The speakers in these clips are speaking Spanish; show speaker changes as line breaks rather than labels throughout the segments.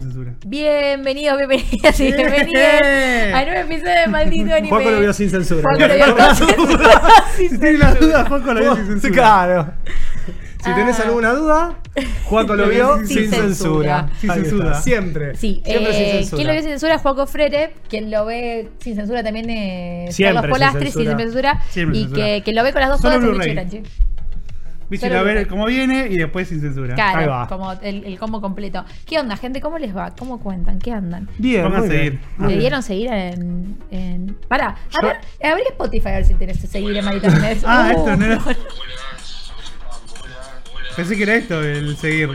Censura.
Bienvenidos, bienvenidas y bienvenidos a un nuevo episodio de Maldito Anime.
Juaco lo vio sin censura.
Juaco lo vio con censura.
Si tienes la duda, Juaco lo vio sin censura.
Claro.
Si tenés
Ah.
alguna duda,
Juaco lo vio sin censura.
sin
Ahí
censura.
está.
Siempre.
Sí,
Siempre
eh,
sin censura.
quien lo ve sin censura es Juaco Frere, quien lo ve sin censura también eh, es
Siempre
Carlos Polastri,
sin censura.
sin censura,
Siempre
y
censura.
Que, que lo ve con las dos
Solo
cosas es
Blu-ray.
Michi Franchi.
Viste
Solo
a ver
Blu-ray.
cómo viene y después sin censura.
Ahí
Claro,
va.
como el, el combo completo. ¿Qué onda, gente? ¿Cómo les va? ¿Cómo cuentan? ¿Qué andan?
Bien,
Pongan
muy
a seguir.
bien.
Ah,
¿Le
bien.
dieron seguir en. en... Pará,
Yo-
abrí, abrí Spotify a ver si tenés que seguir en Maldito Anime.
Ah,
Uh,
esto no era. Pensé que era esto, el seguir.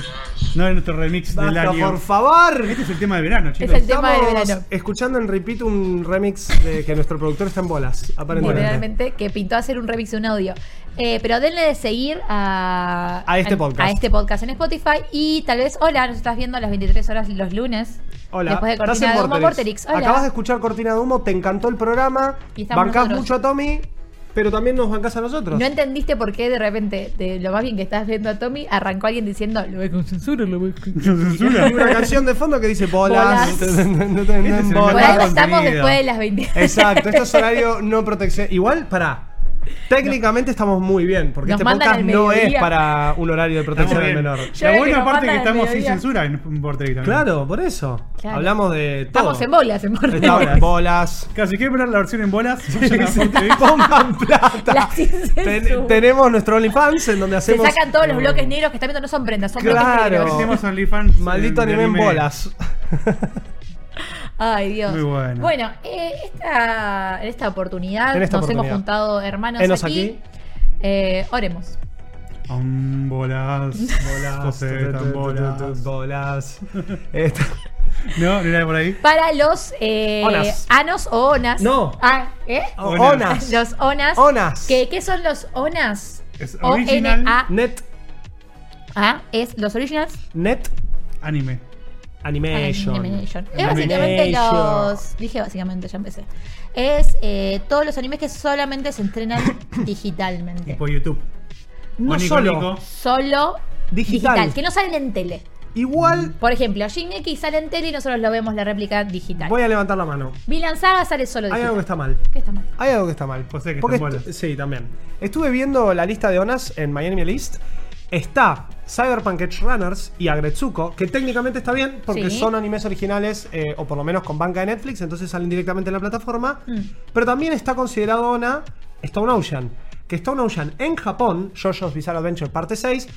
No era nuestro remix del
Basta,
año.
por favor.
Este es el tema de verano, chicos.
Es el tema del
Estamos
verano.
escuchando en repeat un remix de que nuestro productor está en bolas, aparentemente.
Literalmente, que pintó hacer un remix de un audio. Eh, pero denle de seguir a,
A este podcast.
a este podcast en Spotify. Y tal vez, hola, nos estás viendo a las 23 horas los lunes.
Hola,
después de
estás
Cortina
en
de Humo
Vorterix.
Vorterix. Hola.
Acabas de escuchar Cortina de Humo, te encantó el programa,
Y estamos
bancás
nosotros.
mucho a Tommy, pero también nos bancás a nosotros.
No entendiste por qué de repente, de lo más bien que estás viendo a Tommy, arrancó alguien diciendo, lo ve con censura, lo ve con
Sin censura.
Hay una canción de fondo que dice bolas.
Bolas.
No te- no
Este es el
bolas.
Por algo estamos
contenido.
después de las 23.
Exacto, esto es horario no protección. Igual, pará. Técnicamente estamos muy bien, porque
Nos
este
mandan
podcast
al
no es
mediodía.
para un horario de protección
Estamos
al
bien.
menor.
Yo
La
creo que
buena
nos
parte es que
matan al
estamos sin
mediodía.
censura en un Vortex también.
Claro, por eso.
Claro.
Hablamos de todo.
Estamos en bolas, en bolas.
Estamos en bolas.
Claro, si quieren ver la versión en bolas, vayan a Vorterix.
Pongan plata.
La sin
Ten-
censura.
tenemos nuestro OnlyFans en donde
Se
hacemos.
sacan todos los
eh,
bloques negros que están viendo, no son prendas, son bloques
Claro.
negros.
Tenemos OnlyFans. eh,
Maldito
de- de
anime en bolas.
Ay, Dios.
Muy bueno.
eh, esta, en esta oportunidad
En esta
nos
oportunidad.
hemos juntado hermanos
Enos
aquí.
aquí.
Eh, oremos.
Am, bolas, bolas, José, tan bolas.
bolas. Este, Esta-
No, no era por ahí.
Para los eh,
Onas.
anos o onas.
No.
Ah, ¿eh?
Onas.
Onas.
Los onas.
Onas.
¿Qué, qué son los onas?
Es original
O-N-A.
Net.
Ah, es los originals.
Net.
Anime.
Animation.
Animation. Es
Animation.
básicamente los. Dije básicamente, ya empecé. Es eh, todos los animes que solamente se entrenan digitalmente.
pues
Tipo YouTube.
No
Nico,
solo.
Nico.
Solo
Digital.
digital. Que no salen en tele.
Igual
Por ejemplo, Shingeki sale en tele y nosotros lo vemos la réplica digital.
voy a levantar la mano.
Villain Saga sale solo
Hay algo que
digital.
está mal.
¿Qué está mal?
Hay algo que está mal.
José, que
Porque
está en
estu-
bolas.
Sí, también. Estuve viendo la lista de ONAS en Miami List. Está Cyberpunk Edge Runners y Agretsuko, que técnicamente está bien porque
Sí.
son animes originales, eh, o por lo menos con banca de Netflix, entonces salen directamente en la plataforma.
Mm.
Pero también está considerado ONA Stone Ocean, que Stone Ocean en Japón, JoJo's Bizarre Adventure parte 6,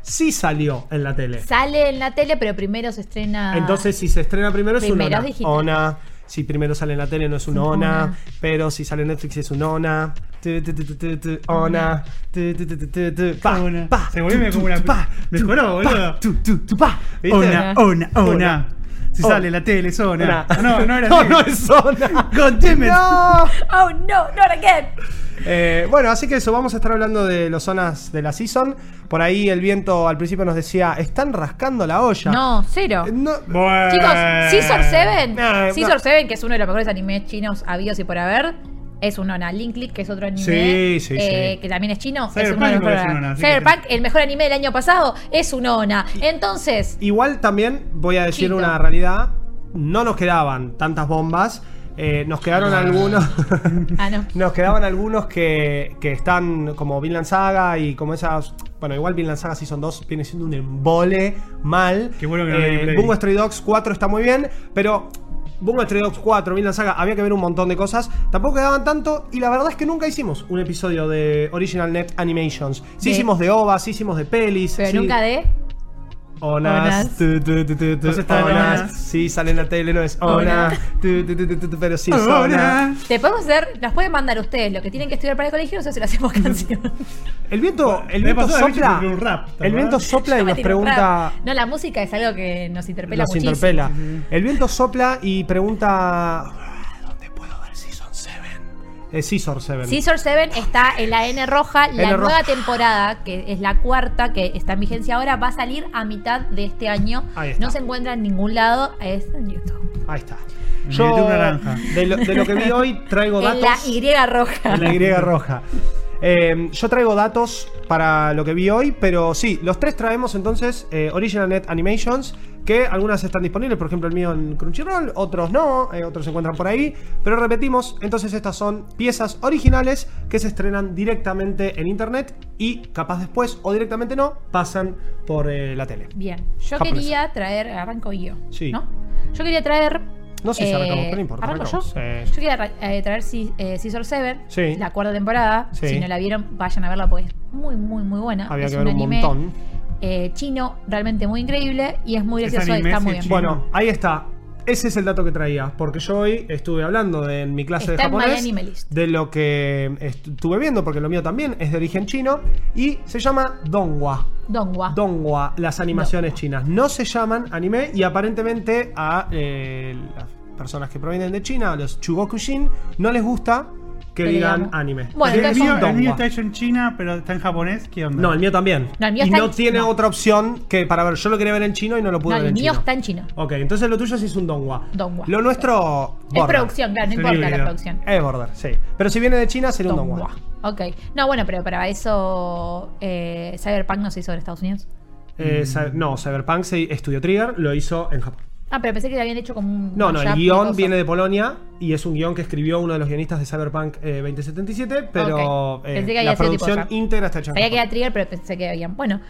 sí salió en la tele.
Sale en la tele, pero primero se estrena.
Entonces, si se estrena primero, es un
Ah. Primero
ona.
digital.
Ona. Si primero sale en la tele, no es un
un
ona.
ona.
Pero si sale en Netflix, es un ona. Tu, tu, tu, tu, tu, tu, Ona. Tu, tu, tu, tu, tu, tu. Pa,
Ona.
pa,
Se volvió
tu,
como
tu,
una-
tu, pa,
Mejoró,
tu,
boludo.
pa, tu, tu, tu, pa. ¿Viste?
Ona, ona, ona.
Ona.
Si
Ona.
sale la tele, es ona. Ah,
Ona.
No, no era
No,
así.
no es ona.
God damn it.
No.
¡Oh no! ¡Not again!
Eh, bueno, así que eso, vamos a estar hablando de los zonas de la season. Por ahí el viento al principio nos decía, están rascando la olla.
No, cero.
Eh, no-
Bueno.
Chicos, Scissor Seven.
Eh,
Scissor
no.
Seven, que es uno de los mejores animes chinos habidos y por haber. Es un Ona. Link Click, que es otro anime.
Sí, sí,
eh,
sí.
Que también es chino. es
Cyberpunk
uno de los
no es
mejores-
un ona, así que-
Cyberpunk, el mejor anime del año pasado, es un Ona. Entonces.
Igual también voy a decir
Chito.
una realidad. No nos quedaban tantas bombas. eh, nos quedaron algunos.
Ah, no.
nos quedaban algunos que, que están como Vinland Saga y como esas. Bueno, igual Vinland Saga Season 2 viene siendo un embole mal. Eh,
Qué bueno que no le di play.
Bungo Stray Dogs 4 está muy bien, pero. Bungo Stray Dogs 4, Vinland Saga, había que ver un montón de cosas. Tampoco quedaban tanto. Y la verdad es que nunca hicimos un episodio de Original Net Animations. Sí
De-
hicimos de OVA, sí hicimos de pelis.
Pero
sí-
nunca de.
Onas.
Onas.
tu, tu, tu, tu, tu,
Entonces está en
onas.
Onas.
Sí, sale en la tele, no es Ona. tu, tu, tu, tu, tu, tu, Pero sí es Ona.
Ahora.
Te podemos hacer, las pueden mandar ustedes lo que tienen que estudiar para el colegio, nosotros se lo hacemos canción.
El viento, el
Me
viento
pasó la bicha
sopla.
porque un rap, ¿te
El viento
acordás?
sopla y
Yo me
nos
tiro
pregunta.
rap. No, la música es algo que nos interpela
Nos
muchísimo.
interpela. El viento sopla y pregunta. ¿Dónde puedo ver Season 7? Eh, Season 7.
Scissor 7 está en la N roja. La
N roja.
nueva temporada, que es la cuarta, que está en vigencia ahora, va a salir a mitad de este año.
Ahí está.
No se encuentra en ningún lado. Es en YouTube.
Ahí está.
En YouTube naranja.
De lo, de lo que vi hoy, traigo
En la
datos.
Y roja.
En la Y roja. Eh, yo traigo datos para lo que vi hoy, pero sí, los tres traemos entonces eh, Original Net Animations, que algunas están disponibles, por ejemplo el mío en Crunchyroll, otros no, eh, otros se encuentran por ahí, pero repetimos, entonces estas son piezas originales que se estrenan directamente en internet y capaz después o directamente no, pasan por eh, la tele.
Bien. Yo
Japonesa.
quería traer. Arranco yo.
Sí.
¿No? Yo quería traer. eh,
No sé si arrancamos, pero no importa,
¿Arranco yo?
arrancamos. Sí.
Yo quería ra- eh, traer Si- eh, Scissor 7,
Sí.
la cuarta temporada.
Sí.
Si no la vieron, vayan a verla porque es muy, muy, muy buena.
Había
es
que ver un
anime,
montón.
eh, chino, realmente muy increíble y es muy
Es
gracioso.
anime,
está muy
sí,
bien.
chino.
Bueno, ahí está. Ese es el dato que traía, porque yo hoy estuve hablando de- en mi clase
Está
de
en My
japonés
Anime List.
de lo que estuve viendo, porque lo mío también es de origen chino y se llama Donghua.
Donghua.
Donghua, las animaciones
Donghua.
chinas. No se llaman anime y aparentemente a eh, las personas que provienen de China, a los Chugokushin, no les gusta que
Que
digan
digamos.
anime.
Bueno,
El
entonces
mío,
son
el mío
Donghua.
está hecho en China, pero está en japonés. ¿Qué onda?
No, el mío también.
No, el mío
y
está
no
en-
tiene
no.
otra opción que para ver. Yo lo quería ver en chino y no lo pude
No,
ver
el
en
mío
chino.
está en chino.
Ok, entonces lo tuyo sí es un donghua.
Donghua.
Lo nuestro.
Es
border.
producción, claro, no
Es
importa la
híbrido.
producción.
Es border, sí. Pero si viene de China sería un donghua.
Donghua. Ok. No, bueno, pero para eso eh, Cyberpunk no se hizo en Estados Unidos.
Eh, Cy- No, Cyberpunk se- Studio Trigger lo hizo en Japón.
Ah, pero pensé que lo habían hecho como un.
No, no, el
mashup
guión
coso.
viene de Polonia y es un guión que escribió uno de los guionistas de Cyberpunk eh, 2077, pero
Ok.
eh,
Pensé que
la
había sido tipo
producción
ya.
íntegra está hecha en
Sabía que era
Japón.
Trigger, pero pensé que habían. Bueno.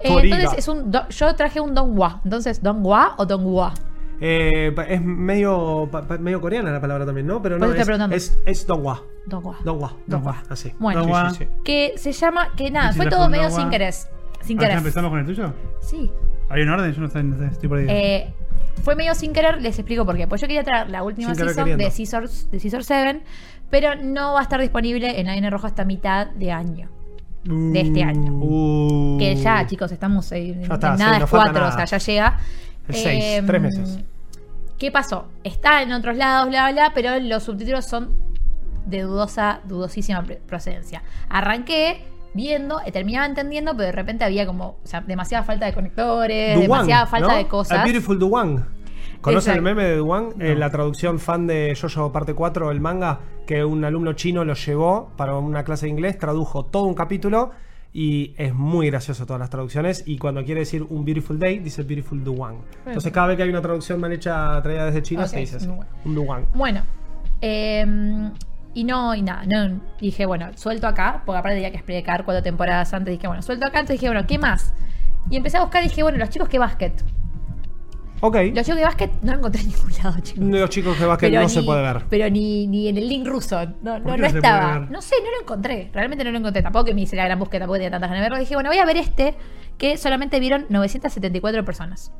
Eh,
Toriga.
entonces es un. do- yo traje un Donghua. Entonces, ¿Donghua o Donghua?
Eh, pa- es medio, pa- pa- medio coreana la palabra también, ¿no? Pero
Por eso
no,
te
es,
Pues preguntando.
es, es donghua.
Donghua.
Donghua.
Donghua.
Así.
Bueno.
Donghua.
Sí, sí, sí.
Que se llama. Que nada,
¿Y si
fue
trajo
todo
un
medio
Donghua?
sin querer. Sin
Ah, ¿Ya
querer.
empezamos con el tuyo?
Sí.
¿Hay un orden? Yo no sé, no sé, estoy perdido.
Eh, fue medio sin querer, les explico por qué. Pues yo quería traer la última
Sin querer
season
queriendo.
de Scissor, de Scissor 7, pero no va a estar disponible en la N roja hasta mitad de año. de este año.
Uh.
Que ya, chicos, estamos eh, en,
Ya está,
en
sí,
nada,
no
es
falta
4, o
nada.
sea, ya llega. Em,
El seis, tres meses.
¿Qué pasó? Está en otros lados, bla, bla, pero los subtítulos son de dudosa, dudosísima pre- procedencia. Arranqué viendo, eh, terminaba entendiendo, pero de repente había como, o sea, demasiada falta de conectores,
Duwang,
demasiada falta
¿no?
de
A
cosas.
Beautiful Duwang. ¿Conocen el
Exacto.
meme de Duwang? Eh, la traducción fan de Jojo parte 4, el manga, que un alumno chino lo llevó para una clase de inglés, tradujo todo un capítulo y es muy gracioso todas las traducciones. Y cuando quiere decir un beautiful day, dice beautiful Duwang. Entonces cada vez que hay una traducción mal hecha traída desde China,
Ok,
se dice así.
Duwang.
Un Duwang.
Bueno, eh, y no, y nada, no, dije, bueno, suelto acá, porque aparte tenía que explicar cuatro temporadas antes, dije, bueno, suelto acá, entonces dije, bueno, ¿qué más? Y empecé a buscar y dije, bueno, los chicos que básquet.
Ok.
Los chicos que básquet no lo encontré en ningún lado, chicos.
Los chicos de básquet
Pero
no se
ni-
puede ver.
Pero ni, ni en el link ruso. No,
¿Por qué
no,
no
no
se puede
estaba.
ver?
No sé, no lo encontré. Realmente no lo encontré. Tampoco que me hice la gran búsqueda, tampoco tenía tantas ganas de verlo. Dije, bueno, voy a ver este, que solamente vieron 974 personas.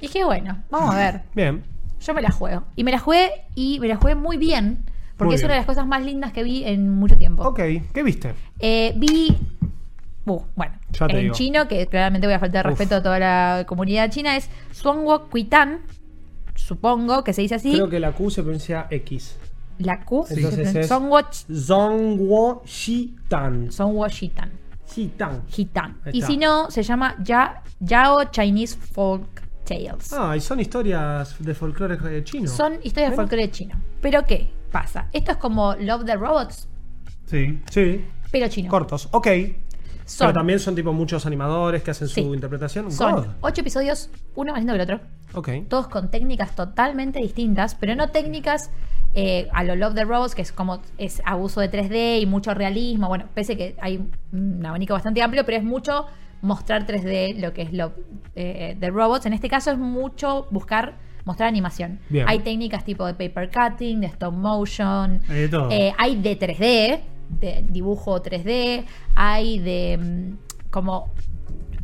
Dije, bueno, vamos a ver.
Bien.
Yo me la juego. Y me la jugué y me la jugué muy bien. Porque
Muy
es
bien.
una de las cosas más lindas que vi en mucho tiempo.
Ok. ¿Qué viste?
Eh, vi. Uh, bueno,
Ya te
en
digo.
chino, que claramente voy a faltar de
Uf.
respeto a toda la comunidad china, es Suangwo Kuitan. Supongo que se dice así.
Creo que la Q se pronuncia X.
La Q.
Sí. Entonces es-
Suangwo Ch-
Zhongguo Shitan.
Suangwo Shitan.
Shitan.
Hitan.
Ahí
Y
está.
si no, se llama ya, Yao Chinese Folk Tales.
Ah, y son historias de folclore eh, chino.
Son historias de folclore chino. ¿Pero qué pasa? Esto es como Love the Robots,
Sí.
Sí,
pero chino.
cortos. Ok.
Son-
Pero también son tipo muchos animadores que hacen su
Sí.
interpretación. God.
Son ocho episodios, uno más lindo que el otro.
Ok.
Todos con técnicas totalmente distintas, pero no técnicas eh, a lo Love the Robots, que es como es abuso de 3D y mucho realismo. Bueno, pese que hay un abanico bastante amplio, pero es mucho mostrar 3D lo que es Love eh, the Robots. En este caso es mucho buscar mostrar animación.
Bien.
Hay técnicas tipo de paper cutting, de stop motion,
Hay de todo.
eh, hay de 3D, de dibujo 3D, hay de mm, como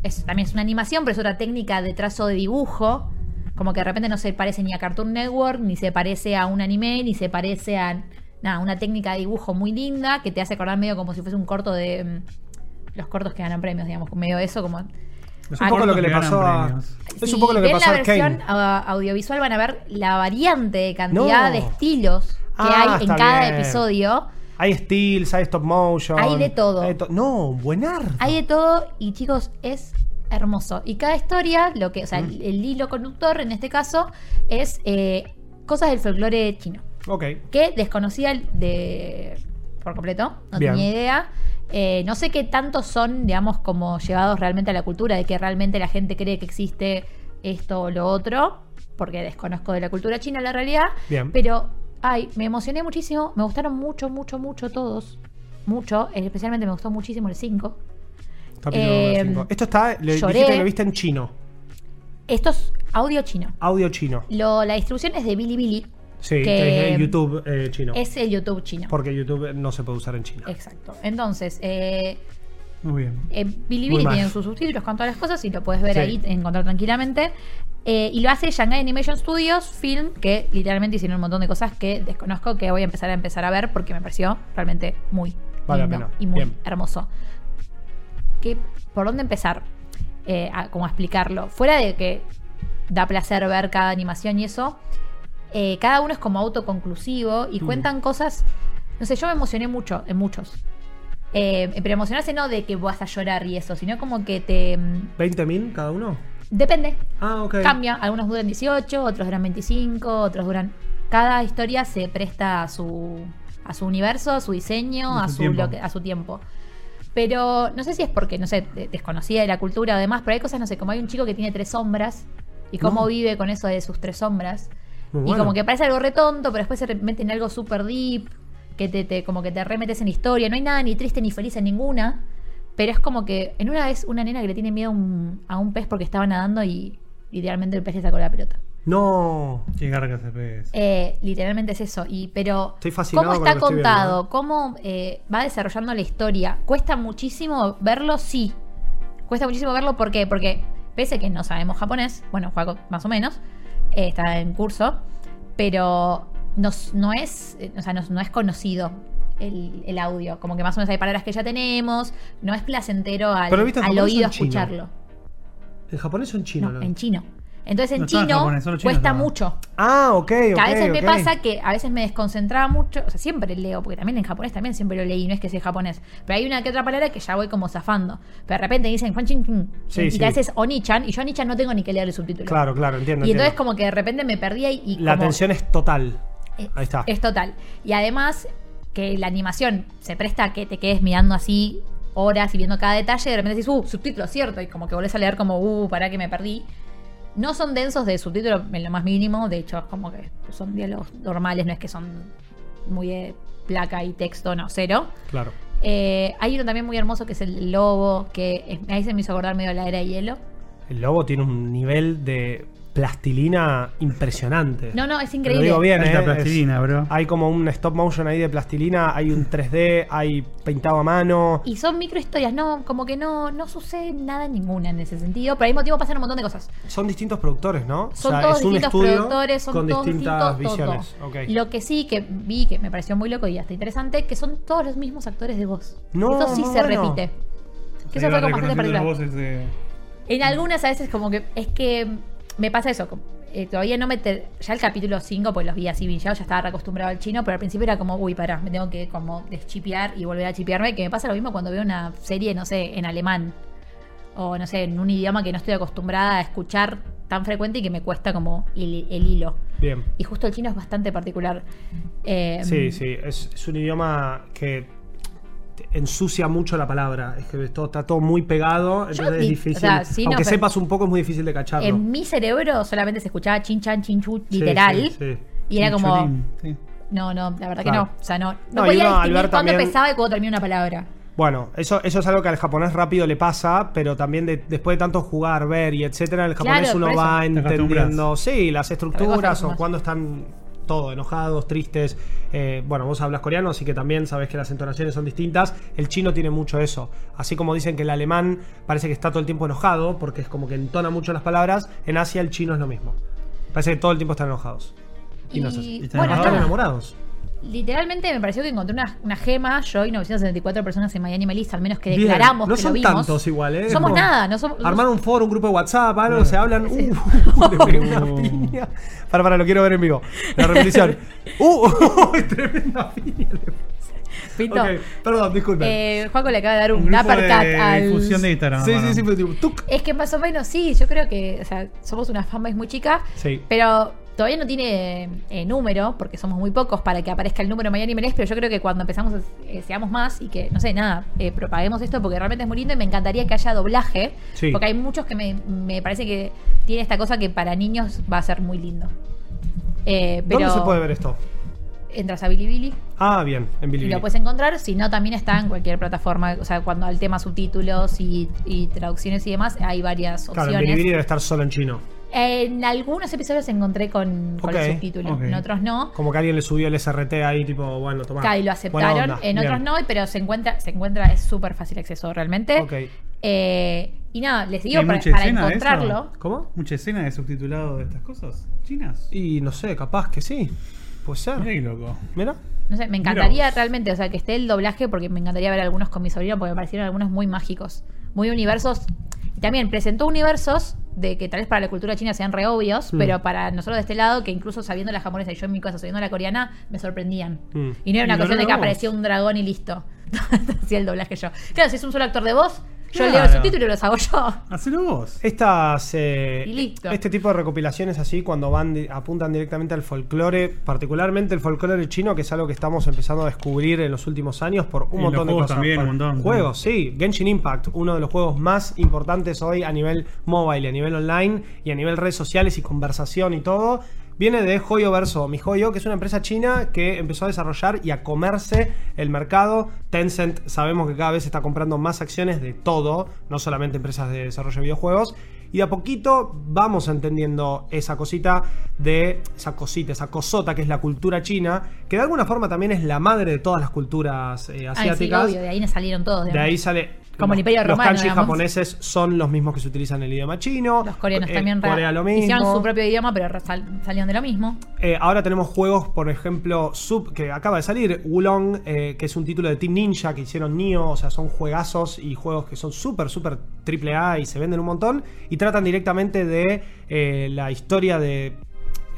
es, también es una animación, pero es otra técnica de trazo de dibujo. Como que de repente no se parece ni a Cartoon Network, ni se parece a un anime, ni se parece a nada, una técnica de dibujo muy linda que te hace acordar medio como si fuese un corto de mm, los cortos que ganan premios, digamos, medio eso como
Es
Ah,
un poco
cortos
lo que le
que ganan
pasó a.
premios.
Es
si
un poco lo que
ven
pasó a
la versión
Arkane.
a- audiovisual van a ver la variante de cantidad
No.
de estilos que
Ah,
hay en
está
cada
bien.
episodio.
Hay steals, hay stop motion.
Hay de todo.
hay to- no, buenar.
Hay de todo y chicos, es hermoso. Y cada historia, lo que, o sea,
Mm.
el, el hilo conductor en este caso es eh, cosas del folclore chino.
Ok.
que desconocía el- de por completo, no
Bien.
tenía idea. Eh, no sé qué tanto son, digamos, como llevados realmente a la cultura, de que realmente la gente cree que existe esto o lo otro, porque desconozco de la cultura china la realidad.
Bien.
Pero, ay, me emocioné muchísimo, me gustaron mucho, mucho, mucho todos. Mucho, eh, especialmente me gustó muchísimo el 5.
Capítulo
Eh,
cinco. Esto está. Le
lloré.
dijiste que lo viste en chino.
Esto es audio chino.
Audio chino.
Lo- la distribución es de Bilibili,
Sí,
Que-
es YouTube eh, chino.
es el YouTube chino.
Porque YouTube no se puede usar en China.
Exacto. Entonces, eh,
Muy bien.
Eh,
Muy
Bilibili
mal.
tiene sus subtítulos con todas las cosas y lo puedes ver
Sí.
ahí, encontrar tranquilamente. Eh, y lo hace Shanghai Animation Studios Film, que literalmente hicieron un montón de cosas que desconozco que voy a empezar a empezar a ver porque me pareció realmente muy
Vale la
lindo
pena.
y muy
Bien.
hermoso. ¿Qué- ¿Por dónde empezar? Eh, a- como a explicarlo. Fuera de que da placer ver cada animación y eso, eh, cada uno es como autoconclusivo
Mm.
y cuentan cosas. No sé, yo me emocioné mucho en muchos. Eh, pero emocionarse no de que vas a llorar y eso, sino como que te. mm,
¿20.000 cada uno?
Depende,
Ah, ok.
cambia. Algunos duran 18, otros duran 25, otros duran. Cada historia se presta a su, a su universo, a su diseño,
A
a
su
su,
tiempo.
lo que- a su tiempo. Pero no sé si es porque, no sé, de- desconocida de la cultura o demás, pero hay cosas, no sé, como hay un chico que tiene tres sombras y cómo
No.
vive con eso de sus tres sombras.
Muy
Y
bueno.
como que parece algo re tonto, pero después se re- mete en algo super deep, que te, te- como que te remetes en historia. No hay nada ni triste ni feliz en ninguna. Pero es como que en una vez una nena que le tiene miedo a un, a un pez porque estaba nadando y literalmente el pez le sacó la pelota.
No.
Qué garga se pega eso.
Eh, literalmente es eso. Y, pero
Estoy fascinado
cómo
con lo
está
que estoy
contado,
viendo,
cómo eh, va desarrollando la historia. Cuesta muchísimo verlo, sí. Cuesta muchísimo verlo, ¿por qué? Porque pese a que no sabemos japonés, bueno, juego más o menos, eh, está en curso, pero nos- no, es, eh, o sea, nos- no es conocido. El, el audio, como que más o menos hay palabras que ya tenemos, no es placentero al,
Pero lo viste en
al
japonés o
oído
en chino?
escucharlo.
¿En japonés o en chino?
No,
no?
en chino. Entonces en
No estaba en
chino
japonés, solo chino
cuesta
estaba.
mucho.
Ah, ok, ok.
Que a veces
ok.
me pasa que a veces me desconcentraba mucho, o sea, siempre leo, porque también en japonés también siempre lo leí, no es que sea japonés, pero hay una que otra palabra que ya voy como zafando. Pero de repente dicen Juan Chin Chin,
Sí,
y
sí.
te haces Onichan, y yo Onichan no tengo ni que leer el subtítulo.
Claro, claro, entiendo.
Y entonces
entiendo.
como que de repente me perdía y... y
La
como-
atención es total.
es-
Ahí está.
Eh, Es total. Y además que la animación se presta a que te quedes mirando así horas y viendo cada detalle, de repente dices, uh, subtítulo, cierto, y como que volvés a leer como, uh, para que me perdí. No son densos de subtítulo en lo más mínimo, de hecho es como que son diálogos normales, no es que son muy de placa y texto, no, cero.
Claro.
Eh, hay uno también muy hermoso que es el lobo, que es- ahí se me hizo acordar medio la era de hielo.
El lobo tiene un nivel de plastilina impresionante.
No, no, es
Te
increíble.
Lo digo bien,
Alta
eh,
plastilina,
es-
bro.
Hay como un stop motion ahí de plastilina, hay un 3D, hay pintado a mano.
Y son microhistorias, no, como que no, no sucede nada ninguna en ese sentido, pero al mismo tiempo pasan un montón de cosas.
Son distintos productores, ¿no?
Son
O sea,
todos
es un
distintos
estudio
productores, son
con
todos
distintas
distintos, todo.
visiones. Ok.
Lo que sí que vi, que me pareció muy loco y hasta interesante, que son todos los mismos actores de voz.
No,
Eso sí
muy
se
bueno.
repite. Que
Ahí
eso
va
fue como
reconociendo
bastante
las
particular.
voces de-
En algunas a veces como que es que me pasa eso. como, eh, todavía no me... ter- ya el capítulo 5, pues los vi así bingeados, ya estaba re acostumbrado al chino, pero al principio era como, uy, pará, me tengo que como deschipear y volver a chipearme, que me pasa lo mismo cuando veo una serie, no sé, en alemán. O no sé, en un idioma que no estoy acostumbrada a escuchar tan frecuente y que me cuesta como el, el hilo.
Bien.
Y justo el chino es bastante particular. Eh,
Sí, sí, es, es un idioma que te- ensucia mucho la palabra. Es que todo, está todo muy pegado,
di-
entonces es
o
difícil.
sea, sí, no,
Aunque
pero-
sepas un poco, es muy difícil de cacharlo.
En mi cerebro solamente se escuchaba chin chan chin chu
Sí,
literal.
sí, sí.
Y era como,
Chinchulín, sí.
No, no, la verdad
Claro.
que no. O sea, no, no,
No, y
podía
uno al
distinguir
ver
cuándo
también-
empezaba y cuándo terminaba una palabra.
Bueno, eso, eso es algo que al japonés rápido le pasa, pero también de- después de tanto jugar, ver y etcétera, el japonés
Claro,
uno
por eso.
va
Te acostumbras.
entendiendo, sí, las
Te
estructuras
acostumbras.
o cuándo están todo, enojados, tristes. Eh, bueno, vos hablas coreano, así que también sabés que las entonaciones son distintas. El chino tiene mucho eso. Así como dicen que el alemán parece que está todo el tiempo enojado, porque es como que entona mucho las palabras, en Asia el chino es lo mismo. Parece que todo el tiempo están enojados. Y, no es así.
Y,
Están
bueno,
Están
nada.
nada,
enamorados.
literalmente me pareció que encontré una, una gema. Yo y 974 personas en Miami Melissa, al menos que
Bien.
declaramos
No
que
son
lo vimos.
tantos igual, ¿eh? Es
Somos
como-
nada, no somos.
Armar un foro, un grupo de WhatsApp, algo, se hablan.
Sí.
Uh, le pegué una piña. Para, para, lo quiero ver en vivo. La repetición. Uh, tremenda piña. le puse.
Pito,
Ok, perdón, disculpen.
eh, Juaco le acaba de dar
Un
un,
grupo
uppercut
de
al.
difusión de Instagram.
sí,
bueno.
sí, sí, pero tipo, tuc.
Es que más o menos sí, yo creo que o sea, somos una fanbase muy chica,
Sí.
pero todavía no tiene eh, número, porque somos muy pocos para que aparezca el número mayor y merez, pero yo creo que cuando empezamos a- eh, seamos más y que, no sé, nada, eh, propaguemos esto porque realmente es muy lindo y me encantaría que haya doblaje,
Sí.
porque hay muchos que me, me parece que tiene esta cosa que para niños va a ser muy lindo. Eh, pero
¿Dónde se puede ver esto?
Entras a Bilibili
Ah, bien, en
y
Bilibili.
lo puedes encontrar, si no también está en cualquier plataforma, o sea, cuando el tema subtítulos y, y traducciones y demás, hay varias opciones.
claro, en Bilibili debe estar solo en chino.
En algunos episodios encontré con, con
Ok,
el subtítulo,
ok.
en otros no.
Como que alguien le subió el SRT ahí, tipo, bueno, toma.
Claro, y lo aceptaron, en otros no, pero se encuentra, se encuentra, es súper fácil acceso realmente.
Ok.
Eh, y nada, les digo
¿Hay
para,
mucha
para
escena de
encontrarlo.
¿Cómo?
Mucha escena de subtitulado de estas cosas. Chinas.
Y no sé, capaz que sí. Puede
Mira
ser.
qué loco.
Mira.
No sé, me
Mirá
encantaría
vos.
realmente, o sea, que esté el doblaje porque me encantaría ver algunos con mi sobrino porque me parecieron algunos muy mágicos, muy universos. Y también presentó universos de que tal vez para la cultura china sean re obvios,
Mm.
pero para nosotros de este lado, que incluso sabiendo la japonesa y yo en mi casa sabiendo la coreana, me sorprendían.
Mm.
Y no era
Y
una
lo
cuestión de que
logramos.
aparecía un dragón y listo. Hacía el doblaje yo. Claro, si es un solo actor de voz, yo leo
Claro.
el subtítulo y los hago yo.
Hacelo vos.
Estas, eh,
Y listo.
Este tipo de recopilaciones así, cuando van di- apuntan directamente al folclore, particularmente el folclore chino, que es algo que estamos empezando a descubrir en los últimos años por un
Y los
montón de
juegos
cosas.
también,
Por
un montón.
Juegos, sí. Genshin Impact, uno de los juegos más importantes hoy a nivel mobile, a nivel online y a nivel redes sociales y conversación y todo. Viene de Joyo Verso, mi Joyo, que es una empresa china que empezó a desarrollar y a comerse el mercado. Tencent sabemos que cada vez está comprando más acciones de todo, no solamente empresas de desarrollo de videojuegos. Y de a poquito vamos entendiendo esa cosita de esa cosita, esa cosota que es la cultura china, que de alguna forma también es la madre de todas las culturas eh,
Ay, sí,
asiáticas.
obvio, de ahí nos salieron todos.
De
digamos.
ahí sale.
Como
los-
el Imperio
Los
Romano,
kanji
digamos.
japoneses son los mismos que se utilizan en el idioma chino.
Los coreanos
Eh,
también re-
Corea lo mismo.
hicieron su propio idioma, pero re- sal- salieron de lo mismo.
Eh, ahora tenemos juegos, por ejemplo, Sub, que acaba de salir, Wulong, eh, que es un título de Team Ninja que hicieron Neo, o sea, son juegazos y juegos que son súper, súper triple A y se venden un montón, y tratan directamente de eh, la historia de...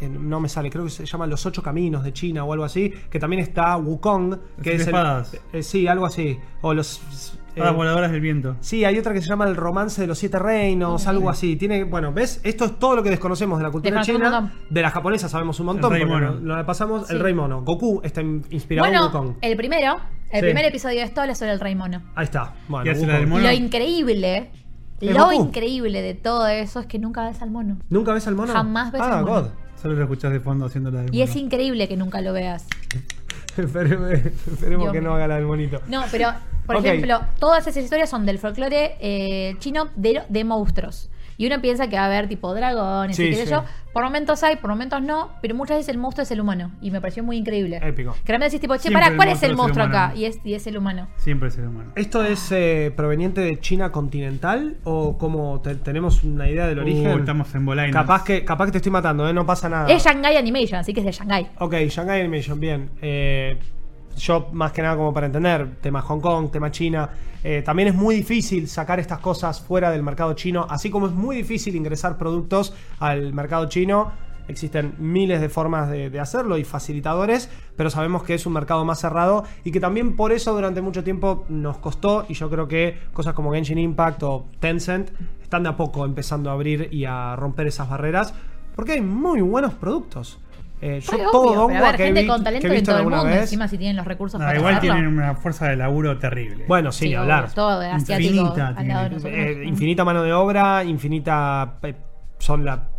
eh, No me sale, creo que se llama Los Ocho Caminos de China o algo así, que también está Wukong,
siete
que es... el-
espadas. Ah,
eh, sí, algo así. O los... eh,
Espadas voladoras del viento.
Sí, hay otra que se llama El romance de los siete reinos, algo así. Tiene, bueno, ¿ves? Esto es todo lo que desconocemos de la cultura
Desconocemos un
china.
montón.
De la japonesa sabemos un montón.
El rey
porque
mono.
Lo, lo pasamos el
Sí.
rey mono. Goku está in- inspirado en
Bueno, eh,
Wukong.
el primero, el
Sí.
primer episodio de esto habla sobre el Rey Mono.
Ahí está. Bueno,
Y hace la
Wukong.
del mono. Bueno.
Lo increíble,
Es
lo
Goku.
increíble de todo eso es que nunca ves al mono.
¿Nunca ves al mono?
Jamás ves
ah,
al mono.
Solo lo escuchás de fondo haciendo la del
Y es
mono.
increíble que nunca lo veas.
God. Esperemos, esperemos
Dios
que
mío.
no haga la del monito.
No, pero, por
Ok.
ejemplo, todas esas historias son del folclore eh, chino de, de monstruos. Y uno piensa que va a haber tipo dragones
Sí,
y qué sé
sí.
yo. Por momentos hay, por momentos no, pero muchas veces el monstruo es el humano. Y me pareció muy increíble.
Épico.
Que realmente decís tipo, che,
Siempre
pará,
el
¿cuál es el
monstruo
monstruo
es el
acá?
humano.
Y es, y es el humano.
Siempre ser humano.
¿Esto es eh, proveniente de China continental o cómo te- tenemos una idea del
Uh,
origen?
estamos en bola y nos-
capaz que, capaz que te estoy matando, ¿eh? no pasa nada.
Es Shanghai Animation, así que es de Shanghai.
Ok, Shanghai Animation, bien. Eh, yo, más que nada, como para entender, tema Hong Kong, tema China. Eh, también es muy difícil sacar estas cosas fuera del mercado chino, así como es muy difícil ingresar productos al mercado chino. Existen miles de formas de, de hacerlo y facilitadores, pero sabemos que es un mercado más cerrado y que también por eso durante mucho tiempo nos costó y yo creo que cosas como Genshin Impact o Tencent están de a poco empezando a abrir y a romper esas barreras porque hay muy buenos productos. Eh, yo
Re
todo
obvio, pero a
Dongua
ver,
que,
gente
vi-
con
que
talento
he
en
visto
todo el
alguna
mundo,
vez.
encima si tienen los recursos
Ah,
No,
para
Ah, igual
hacerlo.
tienen una fuerza de laburo terrible.
Bueno, sin
Sí,
hablar.
obvio, todo de asiático
Infinita
al
tiene.
lado de nosotros.
Eh, infinita mano de obra, infinita eh, son la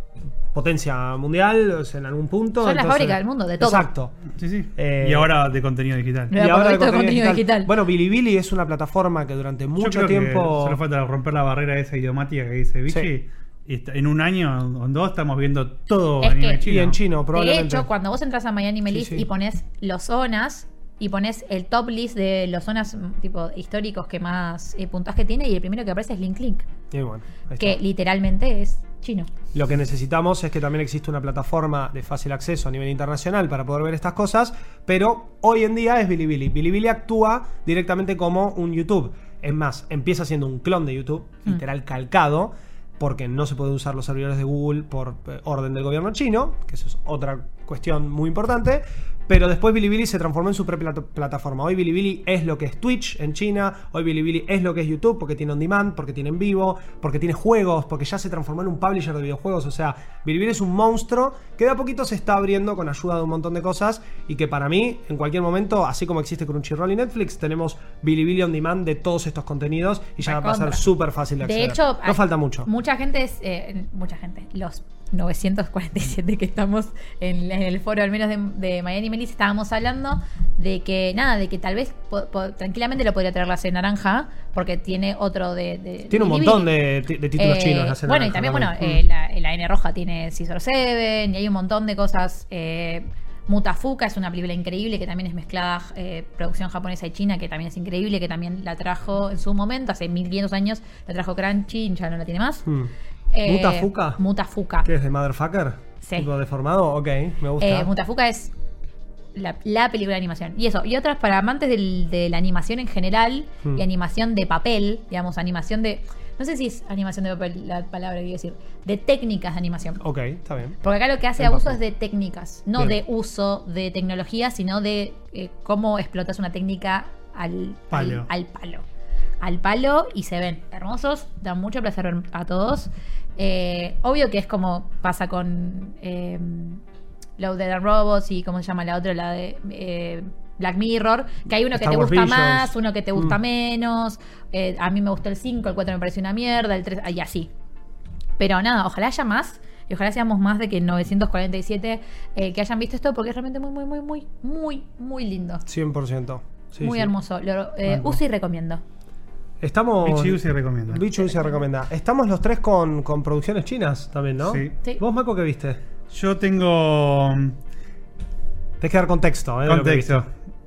potencia mundial o sea, en algún punto.
Son la
entonces-
fábrica del mundo, de todo.
Exacto.
Sí, sí.
Eh,
y ahora de contenido digital.
No, Nueva producto de este contenido digital.
Bueno, Bilibili es una plataforma que durante
Yo
mucho
creo que
tiempo.
Solo falta romper la barrera esa idiomática que dice Vichy. est- en un año o en dos estamos viendo todo
Es
anime
que-
chino.
Y en chino,
De
probablemente.
hecho, cuando vos entras a Miami Melis
sí.
y pones los zonas y pones el top list de los zonas mm, tipo históricos que más eh, puntaje tiene y el primero que aparece es Link Link,
Y bueno, ahí
que
está.
literalmente es chino.
Lo que necesitamos es que también exista una plataforma de fácil acceso a nivel internacional para poder ver estas cosas, pero hoy en día es Bilibili. Bilibili actúa directamente como un YouTube. Es más, empieza siendo un clon de YouTube, literal calcado, porque no se pueden usar los servidores de Google por eh, orden del gobierno chino, que eso es otra cuestión muy importante. Pero después Bilibili se transformó en su propia plat- plataforma. Hoy Bilibili es lo que es Twitch en China, hoy Bilibili es lo que es YouTube porque tiene on demand, porque tiene en vivo, porque tiene juegos, porque ya se transformó en un publisher de videojuegos. O sea, Bilibili es un monstruo que de a poquito se está abriendo con ayuda de un montón de cosas y que para mí, en cualquier momento, así como existe Crunchyroll y Netflix, tenemos Bilibili on demand de todos estos contenidos y ya va a pasar
Recontra.
súper fácil de
De
acceder.
hecho,
no
hay-
falta mucho.
Mucha gente es. eh, mucha gente. Los 947 que estamos en, en el foro, al menos de, de Miami Melis, estábamos hablando de que, nada, de que tal vez po- po- tranquilamente lo podría traer la C naranja, porque tiene otro de. de-
Tiene un
de
montón
Libby.
de, ti- de títulos
Eh,
chinos. la Cena
Bueno, y
Naranja
también, bueno,
Mm.
eh, la, la N roja tiene Scissor 7 y hay un montón de cosas. eh, Mutafuka es una película increíble que también es mezclada eh, producción japonesa y china, que también es increíble, que también la trajo en su momento, hace 1500 años, la trajo Crunchy, ya no la tiene más.
Mm.
Eh,
¿Mutafuka?
Mutafuka.
¿Qué es de Motherfucker?
Sí.
¿Tipo deformado? Ok, me gusta.
Eh, Mutafuka es la, la película de animación. Y eso, y otras para amantes del- de la animación en general
Hmm.
y animación de papel, digamos, animación de. No sé si es animación de papel la palabra que quiero decir, de técnicas de animación.
ok, está bien.
Porque acá lo que hace
El
abuso
papel.
es de técnicas, no
Bien.
de uso de tecnología, sino de eh, cómo explotas una técnica al
Palo.
Al, al palo. Al palo y se ven hermosos, dan mucho placer ver a todos. Eh, obvio que es como pasa con eh, Love Dead and Robots y cómo se llama la otra, la de eh, Black Mirror, que hay uno
Star
que te
Wars
gusta
Visions.
más, uno que te gusta
Mm.
menos. Eh, a mí me gustó el 5, el 4 me pareció una mierda, el 3 y así. Pero nada, ojalá haya más. Y ojalá seamos más de que 947 eh, que hayan visto esto porque es realmente muy, muy, muy, muy, muy, muy lindo.
100%. Sí,
muy
sí.
hermoso. Lo, eh,
Banco.
uso y recomiendo.
Estamos.
Bichu se recomienda.
Bichu se recomienda. Estamos los tres con, con producciones chinas también, ¿no?
Sí.
Sí.
¿Vos, Maco, qué viste?
Yo tengo mm,
Tenés que dar contexto, ¿eh? de lo que
contexto.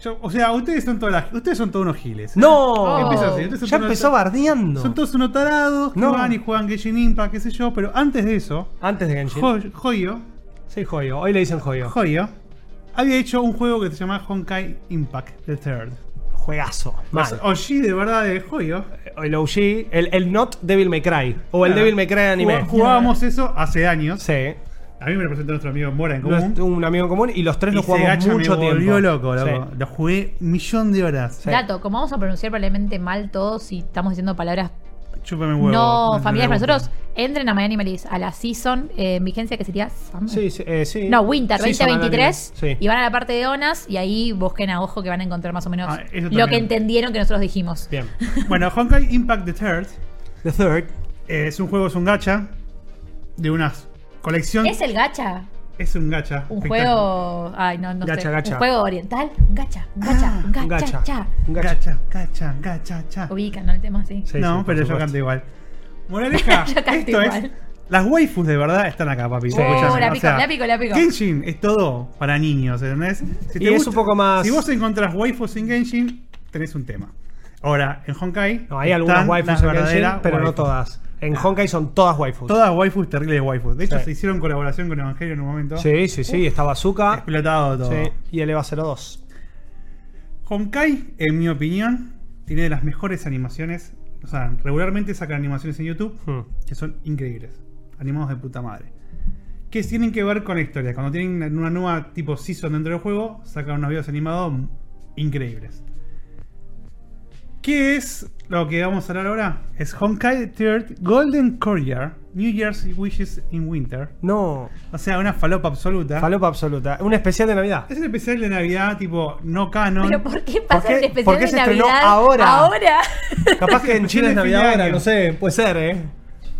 Yo- o sea, ustedes son todas las- ustedes son todos unos giles.
viste. ¡No!
Oh.
Empieza así, ustedes son
Ya
todos
empezó
unos-
bardeando.
Son todos unos tarados que
No.
van y juegan Genshin Impact, qué sé yo, pero antes de eso,
Antes de Genshin.
Jo- Joyo,
sí, Joyo. Hoy le dicen Joyo.
Joyo había hecho un juego que se llama Honkai Impact The Third.
Juegazo. Mal.
Los Oshi de verdad de Joyo.
El OG, el, el Not Devil May Cry. O el
Claro.
Devil May Cry anime.
Jugá- Jugábamos eso hace años.
Sí.
A mí me lo presentó nuestro amigo Mora en común.
Nos- Un amigo en común y los tres lo
Y
jugamos
Segacha me
mucho tiempo.
volvió loco, loco.
Sí.
Lo jugué un millón de horas.
Sí.
Dato, como vamos a pronunciar probablemente mal todos si estamos diciendo palabras
Chúpame huevo.
no familiares para
me gusta.
nosotros, entren a Miami Melis a la season eh, en vigencia que sería summer.
Sí, sí, eh, sí.
No, Winter
Sí, son
2023.
anónimos. Sí.
Y van a la parte de Onas y ahí busquen a ojo que van a encontrar más o menos
Ah, eso
lo que
también.
entendieron que nosotros dijimos.
Bien.
Bueno, Honkai Impact The Third eh,
The Third.
es un juego, es un gacha de una colección.
¿Es el gacha?
Es un gacha.
Un
espectacular.
juego. Ay, no, no
Gacha,
sé.
gacha.
Un juego oriental. Un gacha, un gacha, un gacha,
Un gacha.
cha.
Un gacha.
Gacha, gacha, gacha, cha.
Ubican, ¿no? El tema así.
Sí,
no,
sí, por
pero yo
supuesto.
canto igual. Moraleja,
Yo canto
esto es.
igual. Uh,
Las waifus de verdad están acá, papi.
Sí. Oh,
escuchame,
la
o
pico,
sea,
la pico, la pico.
Genshin es todo para niños, ¿entendés? Si
Y es un poco más-
Si vos encontrás waifus en Genshin, tenés un tema. Ahora, en Honkai.
No, hay algunas
están
waifus
las
en Genshin,
verdaderas
pero no
waifus.
todas. En Honkai son todas waifus.
Todas waifus, terribles waifus. De hecho,
Sí.
se hicieron colaboración con Evangelio en un momento.
Sí, sí, sí. Está Bazooka.
Explotado todo.
Sí. Y el EVA 02.
Honkai, en mi opinión, tiene de las mejores animaciones. O sea, regularmente sacan animaciones en YouTube
Hmm.
que son increíbles. Animados de puta madre. Que tienen que ver con la historia. Cuando tienen una- una nueva tipo season dentro del juego, sacan unos videos animados m- increíbles. ¿Qué es lo que vamos a hablar ahora? Es Honkai Third Golden Courier New Year's Wishes in Winter.
No.
O sea, una falopa absoluta.
Falopa absoluta. Un especial de Navidad.
es el especial de Navidad, tipo, no canon.
Pero ¿por qué pasa
qué-
el especial
por qué
de
se estrenó
Navidad
ahora?
Ahora.
Capaz que en Chile
Especial de
es
fin
Navidad
de
ahora,
año.
no sé. Puede ser, ¿eh?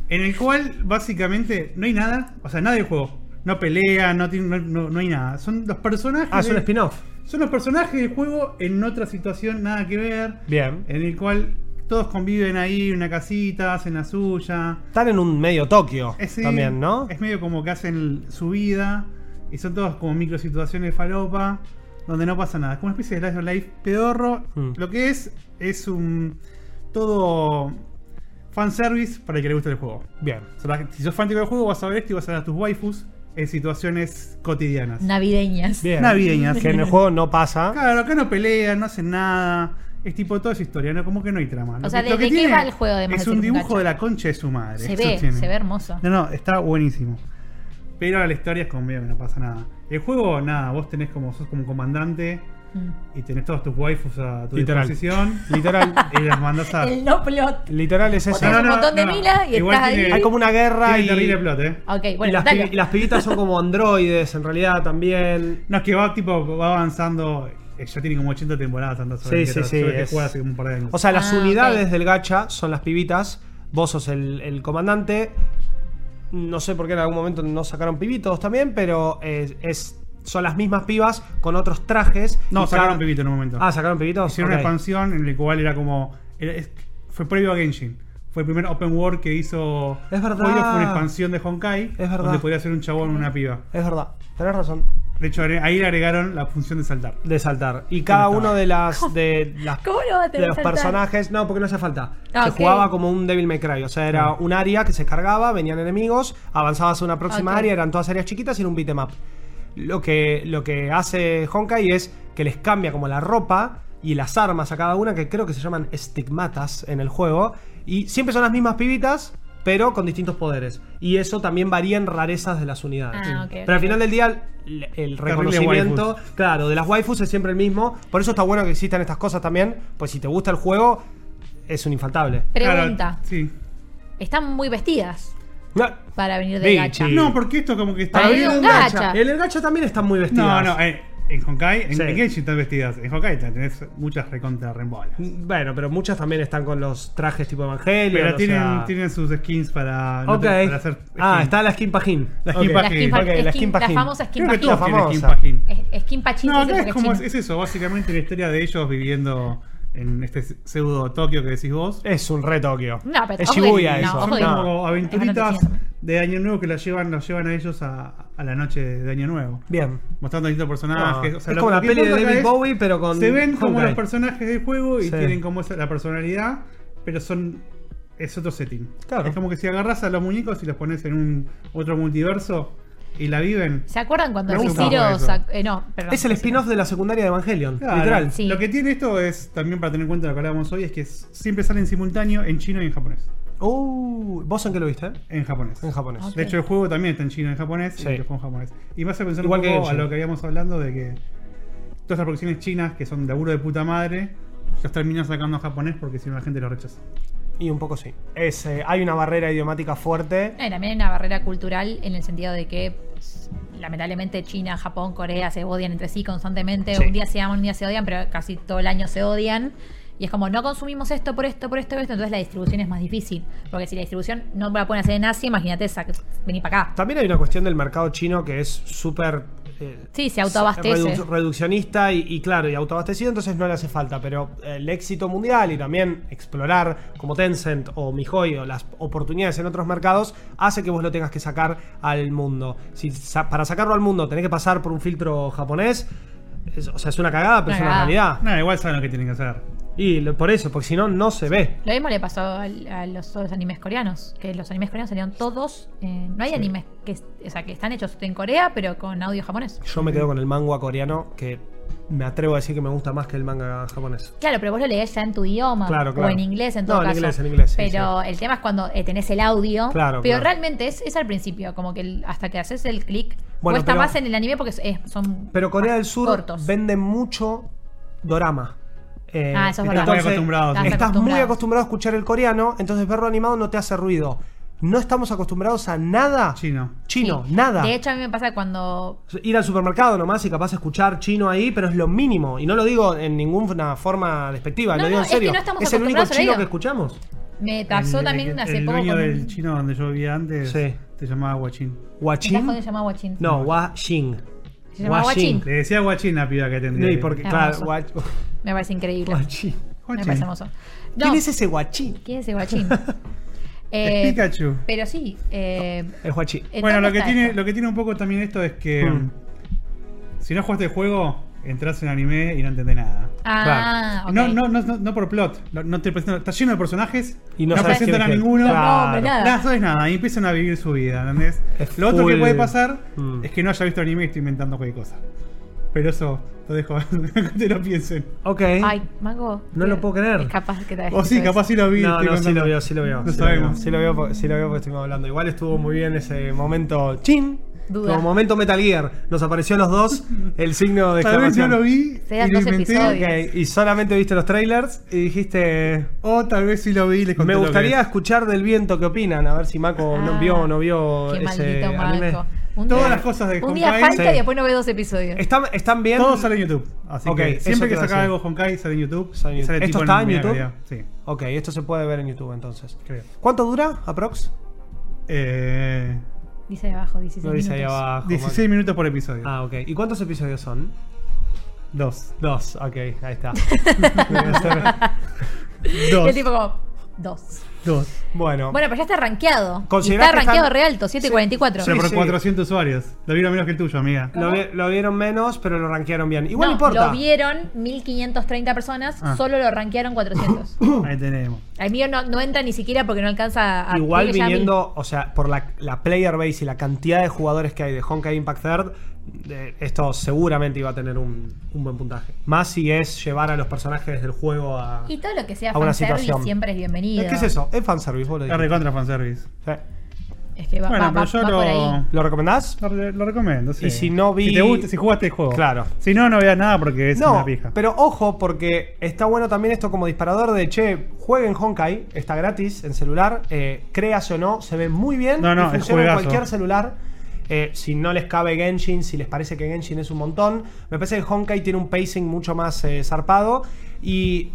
En el cual básicamente no hay nada, o sea, nada del juego. No pelea, no, tiene- no, no- no hay nada. Son los personajes.
Ah, es un
de-
spin-off.
Son los personajes del juego en otra situación, nada que ver.
Bien.
En el cual todos conviven ahí en una casita, hacen la suya.
Están en un medio Tokio
Es, Eh, sí,
también, ¿no?
Es medio como que hacen su vida y son todos como micro situaciones falopa donde no pasa nada. Como una especie de slice of life pedorro.
Mm.
Lo que es es un todo fanservice para el que le guste el juego.
Bien.
O sea, si sos fanático del juego vas a ver esto y vas a ver a tus waifus en situaciones cotidianas.
Navideñas.
Bien.
Navideñas.
Que en el juego no pasa.
Claro, acá no pelean, no hacen nada. Es tipo toda esa historia, ¿no? Como que no hay trama. Lo
sea,
que-
¿de-
lo que
de qué
tiene
va el juego, además
Es
de
un
ser un
dibujo
gacha?
de la concha de su madre.
Se
eso
ve,
tiene.
se ve hermoso.
No, no, está buenísimo. Pero la historia es como medio que no pasa nada. El juego, nada, vos tenés como, sos como comandante
Mm.
y tenés todos tus waifus a tu
Literal.
disposición
Literal.
y las mandás a.
El no plot.
Literal es eso.
tenés un montón de milas y
Igual
estás ahí.
tiene-
Hay como una guerra
tiene
y,
terrible plot, eh.
Ok,
y
bueno,
las,
dale.
pi- y las pibitas son como androides en realidad también.
No, es que va tipo, va avanzando. eh, Ya tiene como 80 temporadas andando
Sí, sí, sí, es-
hace como un par de años.
O sea, las
Ah,
unidades
ok.
del gacha son las pibitas. Vos sos el, el comandante. No sé por qué en algún momento no sacaron pibitos también, pero es, es- son las mismas pibas con otros trajes.
no,
Y
sacaron
cada-
pibito en un momento.
Ah, sacaron pibitos.
Hicieron
Ok.
una expansión en la cual era como. era- es- fue previo a Genshin. Fue el primer open world que hizo.
Es verdad.
Pollo, fue una expansión de Honkai.
Es verdad.
Donde podía ser un chabón o una piba.
Es verdad, tenés razón.
De hecho, agre- ahí le agregaron la función de saltar.
De saltar. Y cada
Saltaba.
uno de las de las
¿Cómo lo va a tener
de los
saltar?
personajes, no, porque no hace falta.
Ah,
Se
ok.
jugaba como un Devil May Cry, o sea, era un área que se cargaba, venían enemigos, avanzabas a una próxima
Ok.
área, eran todas áreas chiquitas y era un beat 'em up. Lo que lo que hace Honkai es que les cambia como la ropa y las armas a cada una que creo que se llaman estigmatas en el juego y siempre son las mismas pibitas. Pero con distintos poderes. Y eso también varía en rarezas de las unidades.
Ah, ok,
Pero al
ok.
final del día, el- el
Terrible
reconocimiento.
waifus.
Claro, de las waifus es siempre el mismo. Por eso está bueno que existan estas cosas también. Pues si te gusta el juego, es un infaltable.
Pregunta.
Claro, sí.
Están muy vestidas para venir de
Bichi.
gacha.
No, porque esto como que está.
Para ir a un gacha.
El, el gacha también está muy vestido.
No, no, eh, en Honkai, en,
Sí.
en Genshin están vestidas. En Honkai tenés muchas recontra rembolas.
Bueno, pero muchas también están con los trajes tipo Evangelio.
Pero tienen, tienen sus skins para, no
Ok.
te- para hacer.
Ah,
skin.
está la skin pajín.
La
Ok.
skin
La,
pajín.
skin, pa-
Ok, la
skin-
skin
la
pajín.
famosa skin
Creo que
pajín.
todos
La
tienen skin
famosa.
pajín.
Es- es Skin Pachin,
No,
sí,
acá
porque
es como.
chino.
Es eso, básicamente la historia de ellos viviendo en este pseudo Tokio que decís vos.
Es un re Tokio.
No, pero
es
ojo que-
Shibuya
no,
eso.
ojo
Son
que-
No.
como
Es
aventuritas
grande, sí.
de Año Nuevo que las llevan, los llevan a ellos a, a la noche de Año Nuevo.
Bien.
Mostrando distintos personajes.
Ah,
o sea,
es
lo
como la
que
peli de
importa acá
David
es-
Bowie, pero con
Se ven como
Hawkeye.
los personajes del juego y
Sí.
tienen como esa, la personalidad, pero son. Es otro setting.
Claro.
Es como que si agarras a los muñecos y los pones en un otro multiverso y la viven.
¿Se acuerdan cuando
Me gusta
Ciro
eso.
sac- eh, no, perdón.
Es el spin-off de la secundaria de Evangelion.
Claro.
Literal.
Sí.
Lo que tiene esto es también para tener en cuenta lo que hablábamos hoy: es que es- siempre sale en simultáneo en chino y en japonés.
Uh, ¿Vos en qué lo viste?
En japonés.
En japonés.
Ok.
De hecho, el juego también está en chino y en japonés.
Sí.
Y el juego en japonés. Y vas a pensar
Igual
un
que
poco a
Genshin.
lo que habíamos hablando de que todas las producciones chinas que son de laburo de puta madre, las terminan sacando en japonés porque si no la gente lo rechaza.
Y un poco sí. Es, eh, hay una barrera idiomática fuerte.
Eh, también hay una barrera cultural en el sentido de que s- lamentablemente China, Japón, Corea se odian entre sí constantemente.
Sí.
Un día se aman, un día se odian, pero casi todo el año se odian. Y es como, no consumimos esto por esto, por esto, por esto. Entonces la distribución es más difícil. Porque si la distribución no la pueden hacer en Asia, imagínate sac- venir para acá.
También hay una cuestión del mercado chino que es súper. eh,
Sí, se autoabastece.
redu- reduccionista y, y claro, y autoabastecido, entonces no le hace falta. Pero el éxito mundial y también explorar como Tencent o Mihoy o las oportunidades en otros mercados hace que vos lo tengas que sacar al mundo. Si sa- para sacarlo al mundo tenés que pasar por un filtro japonés, es- o sea, es una cagada,
Una
pero es una
cagada.
realidad.
Nada, igual saben lo que tienen que hacer.
Y lo- por eso, porque si no, no se ve.
Lo mismo le pasó al- a los, todos los animes coreanos, que los animes coreanos salieron todos. eh, no hay animes que, o sea, que están hechos en Corea, pero con audio japonés.
Yo me quedo con el manga coreano que me atrevo a decir que me gusta más que el manga japonés.
Claro, pero vos lo leés ya en tu idioma
Claro,
o
claro.
en inglés en
No,
todo
en
caso.
inglés, en inglés, sí,
pero el tema es cuando eh, tenés el audio.
Claro,
pero
claro.
realmente es, es al principio, como que el- hasta que haces el clic
Bueno,
cuesta
pero-
más en el anime porque es- eh, son
Pero Corea
más
del Sur
cortos.
vende mucho dorama. Eh,
Ah, eso
Están
es verdad.
muy acostumbrados.
Estás
Estás muy
acostumbrado.
acostumbrado a escuchar el coreano, entonces verlo animado no te hace ruido. No estamos acostumbrados a nada
Chino.
chino,
Sí.
nada.
De hecho, a mí me pasa cuando
Ir al supermercado nomás y capaz escuchar chino ahí, pero es lo mínimo. Y no lo digo en ninguna forma despectiva,
No,
lo
no,
digo en
es que
serio.
no estamos
el único
acostumbrados, lo
chino
digo.
que escuchamos.
me pasó
El-
también
el,
hace
el
poco.
dueño
con un-
del chino donde yo vivía antes
Sí.
se llamaba Guachín.
¿Estás
Guachín.
jodido? se llama Guachín.
No, Guachín.
Se llama Guachín.
Le decía Guachín la piba que atendía.
No, y porque,
Hermoso.
claro, Guach-
Me parece increíble.
Guachín.
Me
Guachín.
parece hermoso. No,
¿Quién es ese guachín?
¿Quién es ese guachín?
Es
Eh,
Pikachu.
Pero sí. eh,
El guachín.
¿en
Bueno,
dónde
lo que,
está
tiene,
esto?
lo que tiene un poco también esto es que mm,
Hmm.
si no jugaste el juego, entras en anime y no entendés nada.
Ah, ok.
No, no, no, no, no por plot. No, no te presentan- está lleno de personajes.
Y no
no
sabes
presentan a
quién es quién.
ninguno.
Claro.
No, hombre, nada.
Nada, sabes nada. Y empiezan a vivir su vida, ¿entendés?
Es
Lo otro que
full.
puede pasar
Mm.
es que no haya visto anime y estoy inventando cualquier cosa. Pero eso lo dejo, te lo piensen.
Ok.
Ay, Mango.
¿Eh? No lo puedo creer. Oh,
Es capaz que te
O sí, capaz sí lo vi.
No,
estoy
no, sí
contando.
lo veo, sí lo veo.
No
sí lo
sabemos.
veo, Sí lo veo, porque, sí lo veo porque estuvimos hablando. Igual estuvo muy bien ese momento chin.
Duda.
Como momento Metal Gear. Nos apareció a los dos el signo de
Tal vez yo
exclamación.
lo vi
Sean
y lo
dos
inventé.
episodios.
Ok, y solamente viste los trailers y dijiste.
O tal vez sí lo vi y les conté
Me
lo que
gustaría
es.
escuchar del viento qué opinan. A ver si Mako no
Ah,
vio o no vio
Qué
ese
maldito
anime.
Marco. Un
Todas
día-
las cosas de
Un día
Honkai-
falta
Sí.
y después no ve dos episodios.
¿Están, están bien?
Todo sale en YouTube. Así
Ok,
que
eso
Em, siempre
te
que
iba a
saca
decir.
algo Honkai sale en YouTube.
Sale en
Sale
YouTube.
tipo
¿Esto
en
está en
mega
YouTube?
calidad. Sí,
Ok, esto se puede ver en YouTube entonces.
creo.
¿Cuánto dura, aprox?
Eh,
Dice ahí abajo, 16
No dice ahí
minutos.
abajo.
16 minutos por episodio.
Ah, ok. ¿Y cuántos episodios son?
Dos.
Dos, ok, ahí está. Ah.
Y
Dos.
el Este tipo como, dos.
Dos.
bueno,
Bueno, pero ya está rankeado. Y
Considerá
Está
que están-
rankeado re alto, 744.
Sí,
Pero por
sí.
400 usuarios. Lo vieron menos que el tuyo, amiga.
lo, vi- lo vieron menos, pero lo rankearon bien. Igual
No,
no importa.
Lo vieron 1530 personas,
Ah.
solo lo rankearon 400.
Uh.
Ahí tenemos.
El mío no, no entra ni siquiera porque no alcanza a.
Igual
tiene ya mil.
viniendo, o sea, por la, la player base y la cantidad de jugadores que hay de Honkai Impact Third, eh, esto seguramente iba a tener un, un buen puntaje. Más si es llevar a los personajes del juego a.
Y todo lo que sea
a una
fanservice
situación.
siempre es bienvenido.
¿Qué es eso? Es fanservice, vos lo
Es
dijiste.
re contra fanservice.
Sí.
Es que va,
Bueno, pero
va- va-
yo
va por ahí.
lo,
¿Lo recomendás?
lo re- lo recomiendo. sí.
Y si no vi-
Si, te gusta- si jugaste el juego.
Claro.
Si no, no veas nada porque es
No,
una pija.
pero ojo, porque está bueno también esto como disparador de che, jueguen Honkai, está gratis en celular, eh, creas o no, se ve muy bien
No, no,
y
es
funciona en
juegazo.
cualquier celular. Eh, si no les cabe Genshin, si les parece que Genshin es un montón, me parece que Honkai tiene un pacing mucho más eh, zarpado y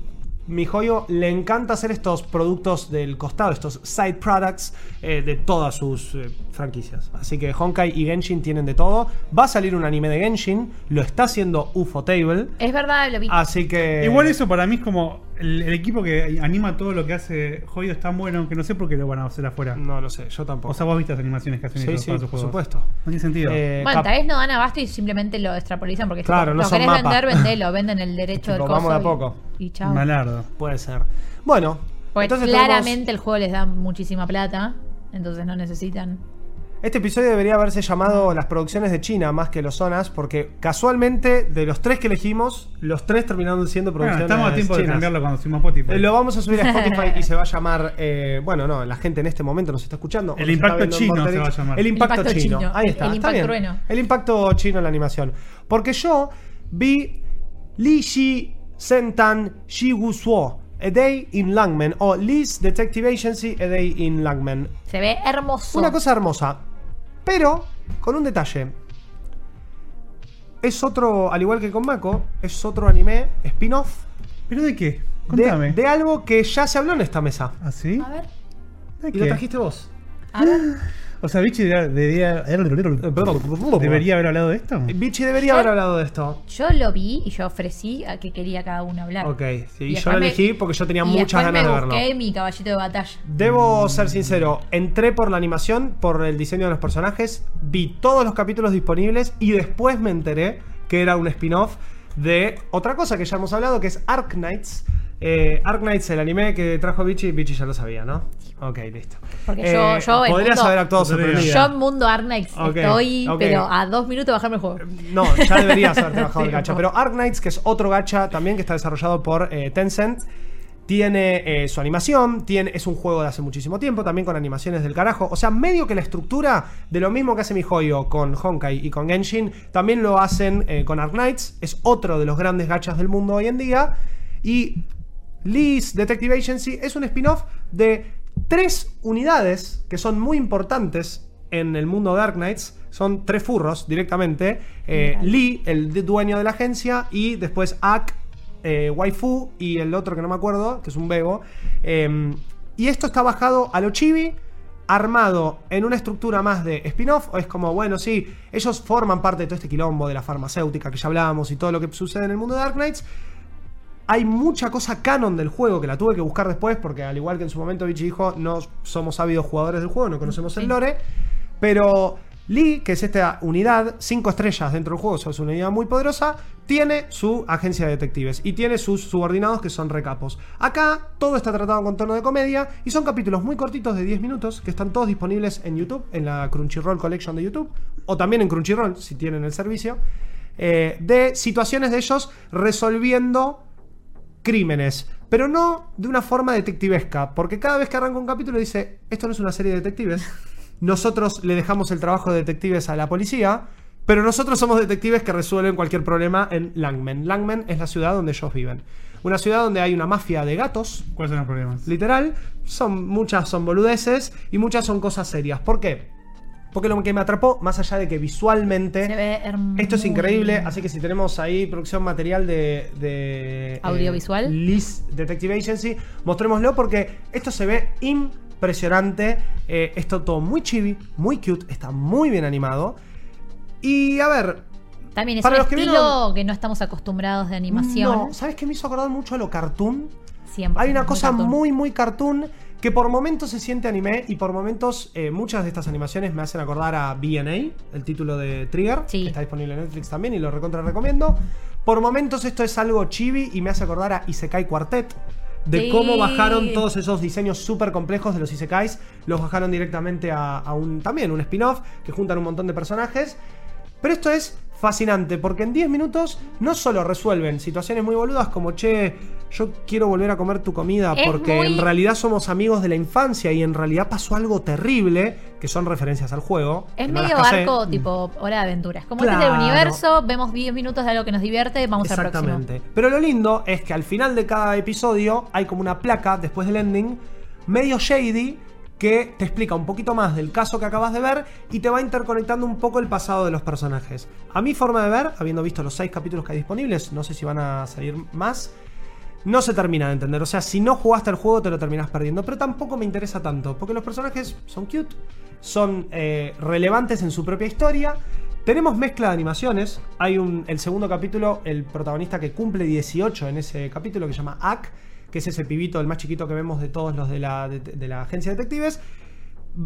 mi joyo le encanta hacer estos productos del costado, estos side products eh, de todas sus eh, franquicias. Así que Honkai y Genshin tienen de todo. Va a salir un anime de Genshin, lo está haciendo UFO Table.
Es verdad, lo vi.
Así que.
Igual eso para mí es como el, el equipo que anima todo lo que hace Joyo es tan bueno que no sé por qué lo van a hacer afuera.
No lo sé, yo tampoco.
O sea, vos viste las animaciones que hacen
Sí,
ellos
sí,
para sus
por
juegos.
supuesto.
No tiene sentido.
Eh,
bueno,
cap-
tal vez no dan abasto y simplemente lo extrapolizan porque es
Claro,
lo
no son
querés
mapas.
vender, vendelo, venden el derecho del
Tipo,
coso
vamos de a
y-
poco.
Y, chao.
Malardo.
Puede ser. Bueno,
Porque
entonces tenemos-
Pues claramente el juego les da muchísima plata, entonces no necesitan.
Este episodio debería haberse llamado Las producciones de China más que los zonas, porque casualmente de los tres que elegimos, los tres terminaron siendo
Bueno,
producciones
estamos a tiempo de
chinas.
cambiarlo cuando hicimos Spotify.
Eh, Lo vamos a subir a Spotify y se va a llamar. eh, bueno, no, la gente en este momento nos está escuchando.
El
nos está
impacto
viendo en
chino
Vorterix.
se va a llamar.
El impacto,
Impacto
chino.
chino.
Ahí está.
El
está
impacto
bien.
trueno.
El impacto chino en la animación. Porque yo vi Li Shi Sentan Shi Wu Suo. A Day in Langman. O Li's Detective Agency A Day in Langman.
Se ve hermoso.
Una cosa hermosa. Pero, con un detalle. Es otro, al igual que con Mako, es otro anime spin-off
¿Pero de qué?
de,
Contame.
de algo que ya se habló en esta mesa.
¿Ah, sí?
A ver,
¿De
Y lo
qué?
trajiste Eh, vos.
a ver.
O sea, Vichy debería, debería- debería haber hablado de esto.
Bichi debería haber hablado de esto.
Yo lo vi y yo ofrecí a que quería cada uno hablar.
Ok, sí,
Y
yo
después
lo
me-
elegí porque yo tenía
y
muchas
después
ganas de
me
verlo.
busqué mi caballito de batalla.
Debo ser sincero, entré por la animación, por el diseño de los personajes, vi todos los capítulos disponibles y después me enteré que era un spin-off de otra cosa que ya hemos hablado, que es Ark Knights. Eh, Ark Knights, el anime que trajo Bichi, Bichi ya lo sabía, ¿no? Ok, listo. Eh,
Porque yo- yo, el
Podrías
mundo-
haber actuado
Yo
sorprendida.
Yo en Mundo Arnex
Ok,
estoy,
ok.
pero a dos minutos de bajarme el juego.
No, ya deberías haber trabajado el
Sí,
gacha.
no.
Pero Ark Knights, que es otro gacha también que está desarrollado por eh, Tencent, tiene eh, su animación, tiene, es un juego de hace muchísimo tiempo, también con animaciones del carajo. O sea, medio que la estructura de lo mismo que hace mi joyo con Honkai y con Genshin, también lo hacen eh, con Ark Knights. Es otro de los grandes gachas del mundo hoy en día. Y Liz Detective Agency es un spin-off de tres unidades que son muy importantes en el mundo de Dark Knights. Son tres furros directamente. Eh,
Mirá.
Lee, el de- dueño de la agencia, y después Ak, eh, Waifu y el otro que no me acuerdo, que es un bebo. Eh, y esto está bajado a lo chibi, armado en una estructura más de spin-off. O es como, bueno, sí, ellos forman parte de todo este quilombo de la farmacéutica que ya hablábamos y todo lo que sucede en el mundo de Dark Knights Hay mucha cosa canon del juego que la tuve que buscar después, porque al igual que en su momento Vichy dijo, no somos ávidos jugadores del juego, no conocemos el lore. Pero Lee, que es esta unidad, cinco estrellas dentro del juego, o sea, es una unidad muy poderosa, tiene su agencia de detectives y tiene sus subordinados que son recapos. Acá todo está tratado con tono de comedia y son capítulos muy cortitos de 10 minutos que están todos disponibles en YouTube, en la Crunchyroll Collection de YouTube, o también en Crunchyroll, si tienen el servicio, eh, de situaciones de ellos resolviendo crímenes. Pero no de una forma detectivesca, porque cada vez que arranca un capítulo dice, esto no es una serie de detectives. Nosotros le dejamos el trabajo de detectives a la policía, pero nosotros somos detectives que resuelven cualquier problema en Langmen. Langmen es la ciudad donde ellos viven. Una ciudad donde hay una mafia de gatos,
¿Cuáles son los problemas?
literal. Son, muchas son boludeces y muchas son cosas serias. ¿Por qué? Porque lo que me atrapó, más allá de que visualmente...
Se ve hermoso.
Esto es increíble, así que si tenemos ahí producción material de... de,
Audiovisual.
eh, Liz Detective Agency, mostrémoslo porque esto se ve impresionante. Eh, esto todo muy chibi, muy cute, está muy bien animado. Y a ver...
También es
Para
un
los que
estilo que,
vieron-
no estamos acostumbrados de animación.
No, ¿sabes qué me hizo acordar mucho a lo cartoon?
Siempre
Hay
es
una
muy
cosa
cartoon.
muy, muy cartoon que por momentos se siente anime y por momentos eh, muchas de estas animaciones me hacen acordar a BNA, el título de Trigger,
Sí.
que está disponible en Netflix también y lo recontra recomiendo. Por momentos esto es algo chibi y me hace acordar a Isekai Quartet. De
Sí.
cómo bajaron todos esos diseños súper complejos de los Isekais, los bajaron directamente a, a un también un spin-off que juntan un montón de personajes. Pero esto es fascinante, porque en 10 minutos no solo resuelven situaciones muy boludas como, che, yo quiero volver a comer tu comida
Es
porque
muy-
en realidad somos amigos de la infancia y en realidad pasó algo terrible, que son referencias al juego.
Es
que no
medio
las casé.
barco, tipo hora de aventuras. Como este es
Claro.
el universo, vemos 10 minutos de algo que nos divierte, vamos al próximo.
Exactamente. Pero lo lindo es que al final de cada episodio hay como una placa después del ending, medio shady, que te explica un poquito más del caso que acabas de ver y te va interconectando un poco el pasado de los personajes. A mi forma de ver, habiendo visto los seis capítulos que hay disponibles, no sé si van a salir más. No se termina de entender, o sea, si no jugaste el juego te lo terminás perdiendo, pero tampoco me interesa tanto, porque los personajes son cute, son eh, relevantes en su propia historia. Tenemos mezcla de animaciones, hay un, el segundo capítulo, el protagonista que cumple 18 en ese capítulo, que se llama Ak, que es ese pibito, el más chiquito que vemos de todos los de la, de- de la agencia de detectives,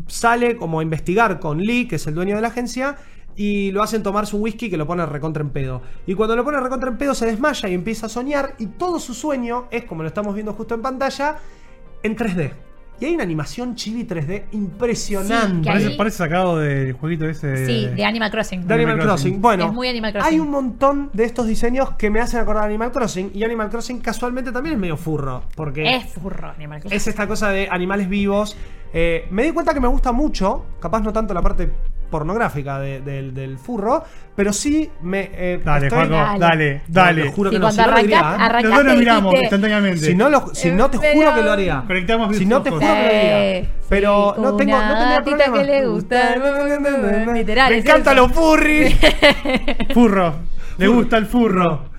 sale como a investigar con Lee, que es el dueño de la agencia, y lo hacen tomar su whisky que lo pone recontra en pedo. Y cuando lo pone recontra en pedo se desmaya y empieza a soñar y todo su sueño es, como lo estamos viendo justo en pantalla, en 3D. Y hay una animación chibi 3D
Sí,
impresionante.
que ahí-
Parece, parece sacado del jueguito ese.
Sí, de Animal Crossing.
De Animal
Animal
Crossing.
Crossing.
Bueno,
Es muy Animal Crossing.
hay un montón de estos diseños que me hacen acordar a Animal Crossing. Y Animal Crossing casualmente también es medio furro. Porque
Es furro Animal Crossing.
es esta cosa de animales vivos. Eh, me di cuenta que me gusta mucho, capaz no tanto la parte pornográfica de- del- del furro, pero sí me... eh,
Dale,
estoy-
Juaco,
Dale.
dale,
Te
dale.
juro
Sí,
que no, si
cuando
no lo
arrancás-
haría, ¿eh?
Los
arran-
dos nos
Arrancaste,
miramos
dijiste-
instantáneamente.
Si no, lo- si no, te juro que lo haría.
Conectamos
Si no, te
flujos.
juro que lo haría.
Sí,
Pero no
con
tengo, no
una
tendría
gatita
problema.
que le gusta. Literal,
Me
es
encanta
eso.
lo furry.
Furro. Le gusta el furro.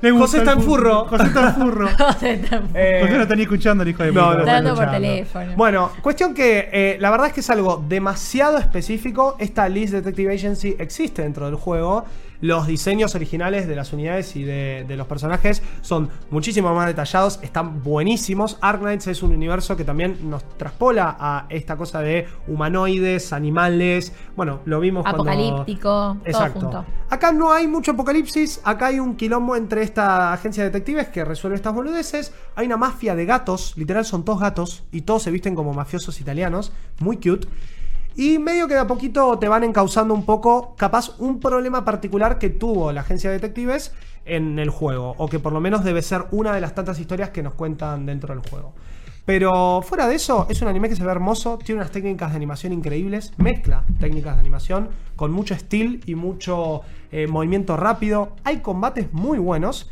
Le gusta
José
el
está en furro.
José está en furro.
Eh,
José no está ni escuchando el hijo de
No,
puta.
no está
Hablando por
escuchando.
teléfono.
Bueno, cuestión que eh, la verdad es que es algo demasiado específico. Esta Lease Detective Agency existe dentro del juego. Los diseños originales de las unidades y de, de los personajes son muchísimo más detallados, están buenísimos. Ark Knights es un universo que también nos traspola a esta cosa de humanoides, animales. Bueno, lo vimos cuando-
Apocalíptico, todo junto.
Acá no hay mucho apocalipsis, acá hay un quilombo entre esta agencia de detectives que resuelve estas boludeces, hay una mafia de gatos, literal son todos gatos, y todos se visten como mafiosos italianos, muy cute. Y medio que de a poquito te van encauzando un poco, capaz, un problema particular que tuvo la agencia de detectives en el juego, o que por lo menos debe ser una de las tantas historias que nos cuentan dentro del juego. Pero fuera de eso, es un anime que se ve hermoso, tiene unas técnicas de animación increíbles, mezcla técnicas de animación con mucho estilo y mucho eh, movimiento rápido. Hay combates muy buenos,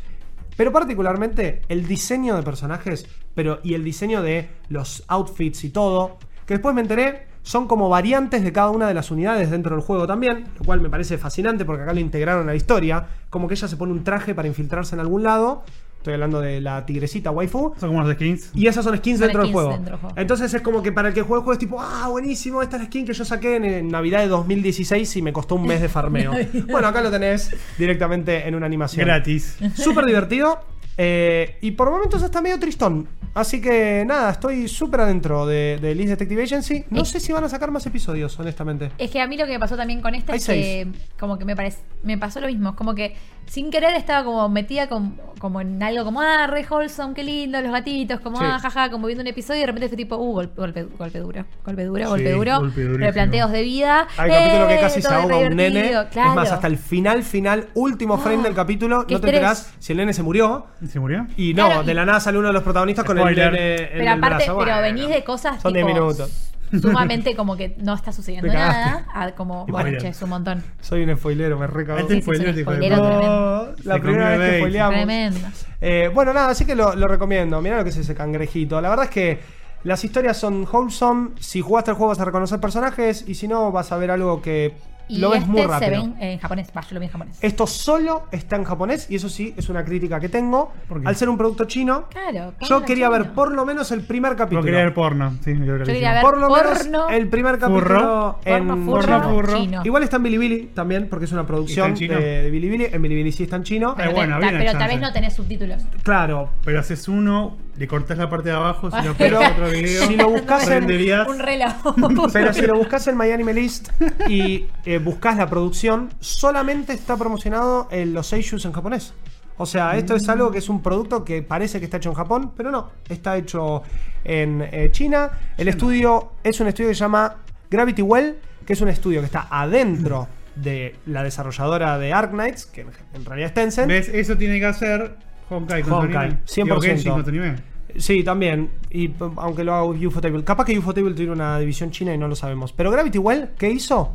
pero particularmente el diseño de personajes pero, y el diseño de los outfits y todo, que después me enteré son como variantes de cada una de las unidades dentro del juego también, lo cual me parece fascinante porque acá lo integraron a la historia, como que ella se pone un traje para infiltrarse en algún lado. Estoy hablando de la tigresita waifu.
Son como los skins.
Y esas son skins,
Son
dentro, del
skins
juego.
dentro del juego.
Entonces es como que para el que juega el juego es tipo, ah, buenísimo, esta es la skin que yo saqué en, en Navidad de 2016 y me costó un mes de farmeo. bueno, acá lo tenés directamente en una animación.
Gratis.
Súper divertido. Eh, y por momentos hasta medio tristón. Así que nada, estoy súper adentro de, de Liz Detective Agency. No
Eh.
sé si van a sacar más episodios, honestamente.
Es que a mí lo que me pasó también con esta
Hay
es que como que me parece me pasó lo mismo, es como que sin querer estaba como metida con- como en algo como ah, re wholesome, qué lindo, los gatitos, como
Sí.
ah, jaja, como viendo un epidio y de repente fue tipo, uh, gol- golpe, golpe duro, golpe duro,
Sí,
golpe duro,
golpe durísimo.
replanteos de vida.
Hay un capítulo que
¡eh!
casi se
todo re
ahoga un nene.
divertido, Claro.
Es más, hasta el final, final, último frame
Ah,
del capítulo, no te
qué estrés.
enterás si el nene se murió.
¿Se murió?
Y no,
Claro, y-
de la nada sale uno de los protagonistas con el
Spoiler.
nene en
Pero
el
aparte,
brazo.
pero
Bueno,
venís de cosas
Son 10
tipo,
minutos.
sumamente como que no está sucediendo
Te cagaste.
nada, a como
Te
bueno,
spoilean.
che, es un montón.
Soy un spoilero, me recago.
Ahí te
sí, sí,
spoileó,
son
hijo de
spoileros
puta.
No,
tremendos.
la
Se
primera
comió
vez que
bait.
spoileamos.
Tremendo.
Eh, bueno, nada, así que lo, lo recomiendo. Mirá lo que es ese cangrejito. La verdad es que las historias son wholesome. Si jugaste el juego vas a reconocer personajes y si no vas a ver algo que
Y
lo ves
este
muy
se
rápido.
ve en, en japonés, va, yo lo vi en japonés.
Esto solo está en japonés y eso sí es una crítica que tengo.
¿Por qué?
Al ser un producto chino,
Claro.
yo
porno,
quería
chino.
ver por lo menos el primer
Yo
capítulo.
quería ver porno. Sí, yo creo que
Yo
lo
quería
hicimos.
ver
por lo
porno,
menos el primer capítulo
furro,
en
Porno,
porno,
furro,
furro.
chino.
Igual está en Bilibili también, porque es una producción eh,
¿Está en chino?
de, de Bilibili. En Bilibili sí está en chino.
Pero
Pero,
bueno,
ta-
había una
pero tal
chance.
vez no tenés subtítulos.
Claro,
Pero haces uno, le cortás la parte de abajo, se lo
Pero
pegas a otro video.
si lo buscas en-
prenderías-
Un reloj.
Pero si lo buscas en Miami List y eh, buscas la producción, solamente está promocionado en los Seishus en japonés. O sea, esto es algo que es un producto que parece que está hecho en Japón, pero no, está hecho en eh, China. El estudio es un estudio que se llama Gravity Well, que es un estudio que está adentro de la desarrolladora de Arknights, que en- en realidad es Tencent.
¿Ves? Eso tiene que hacer Honkai con
Honkai,
tu anime. Digo,
100%.
Genshin con tu anime.
Sí, también. Y p- aunque lo haga Ufotable. Capaz que Ufotable tiene una división china y no lo sabemos. Pero Gravity Well, ¿qué hizo?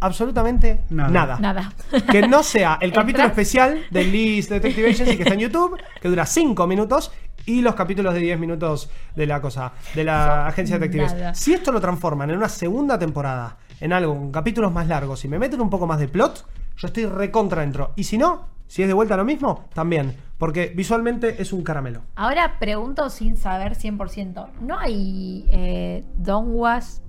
Absolutamente
Nada.
nada.
Nada.
Que no sea el
El
capítulo
trans-
especial de Liz Detective Agency que está en YouTube, que dura 5 minutos, y los capítulos de 10 minutos de la cosa, de la agencia de detectives.
nada.
Si esto lo transforman en una segunda temporada, en algo, con capítulos más largos, y me meten un poco más de plot, yo estoy recontra dentro. Y si no, si es de vuelta lo mismo, también. Porque visualmente es un caramelo.
Ahora pregunto sin saber 100%. ¿No hay eh, donguas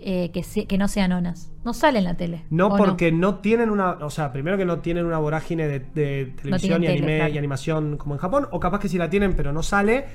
eh, que, se- que no sean onas? No sale en la tele.
No
¿o
porque no? tienen una. O sea, primero que no tienen una vorágine de, de televisión y
tienen
anime
tele, claro.
y animación como en Japón. O capaz que sí la tienen, pero no sale.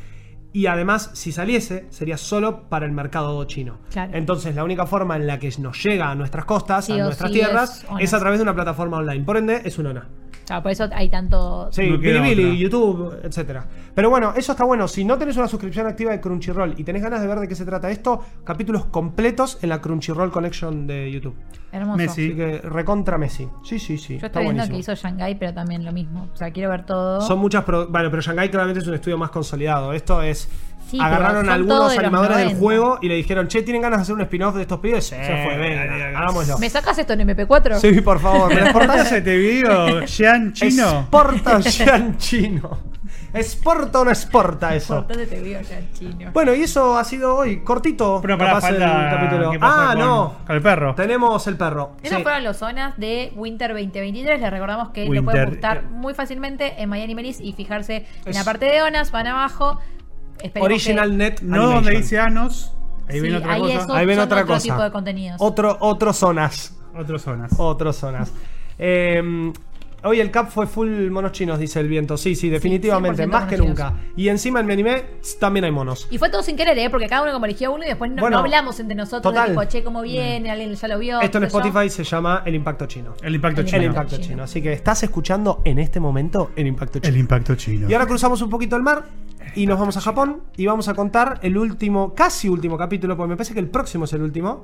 Y además, si saliese, sería solo para el mercado chino.
Claro.
Entonces, la única forma en la que nos llega a nuestras costas,
Sí
a
o
nuestras
sí
tierras,
es
es,
ona.
a través de una plataforma online. Por ende, es un ONA.
Claro, Ah, por eso hay tanto.
Sí,
No queda
Bilibili,
otra.
YouTube, etcétera. Pero bueno, eso está bueno. Si no tenés una suscripción activa de Crunchyroll y tenés ganas de ver de qué se trata esto, capítulos completos en la Crunchyroll Connection de YouTube.
Hermoso.
Messi.
Así que recontra Messi. Sí, sí, sí.
Yo
está
estoy viendo
buenísimo.
que hizo Shanghai, pero también lo mismo. O sea, quiero ver todo.
Son muchas. pro- Bueno, pero Shanghai claramente es un estudio más consolidado. Esto es.
Sí,
agarraron
pero son todos
a
de
algunos
los
animadores del
90.
juego y le dijeron, che, ¿tienen ganas de hacer un spin-off de estos pibes? Sí,
Se fue,
venga,
dale, dale.
hagámoslo.
¿Me sacas esto en MP4?
Sí, por favor, me lo exportás.
¿Portaste este video? Jean Chino.
Exporta Jean Chino. ¿Exporta o no exporta eso?
Por todo te veo ya en chino.
Bueno, y eso ha sido hoy, cortito.
Pero para
capaz, el
falta.
capítulo.
¿qué pasó
Ah,
con-
no.
Con el perro.
Tenemos el perro.
Esas
Sí.
fueron los zonas de Winter 2023. Les recordamos que lo
Winter.
pueden buscar muy fácilmente en Miami Melis y fijarse en
eh, Es-
la parte de Onas, van abajo. Esperemos
Original
que-
Net
No donde
Animation.
dice Anos. Ahí
Sí,
viene otra
ahí
cosa.
eso-
Ahí ven
son
otra
otro
cosa.
tipo de contenidos.
Otro, otro zonas.
Otras zonas.
Otros zonas. Eh, hoy el cap fue full monos chinos, dice el viento. Sí, sí, definitivamente,
100%
más que
monos
nunca. Y encima en mi anime tss, también hay monos.
Y fue todo sin querer, ¿eh? porque cada uno como eligió uno y después no,
Bueno,
no hablamos entre nosotros. de
total. Mm.
Tipo, che, ¿cómo viene? ¿Alguien ya lo vio?
Esto en
qué sé yo.
Spotify se llama El Impacto Chino.
El impacto
El
chino.
El
Chino.
Impacto Chino.
Chino.
Así que estás escuchando en este momento El Impacto Chino.
El impacto chino.
Y ahora cruzamos un poquito el mar y nos vamos a Japón y vamos a contar el último, casi último capítulo, porque me parece que el próximo es el último,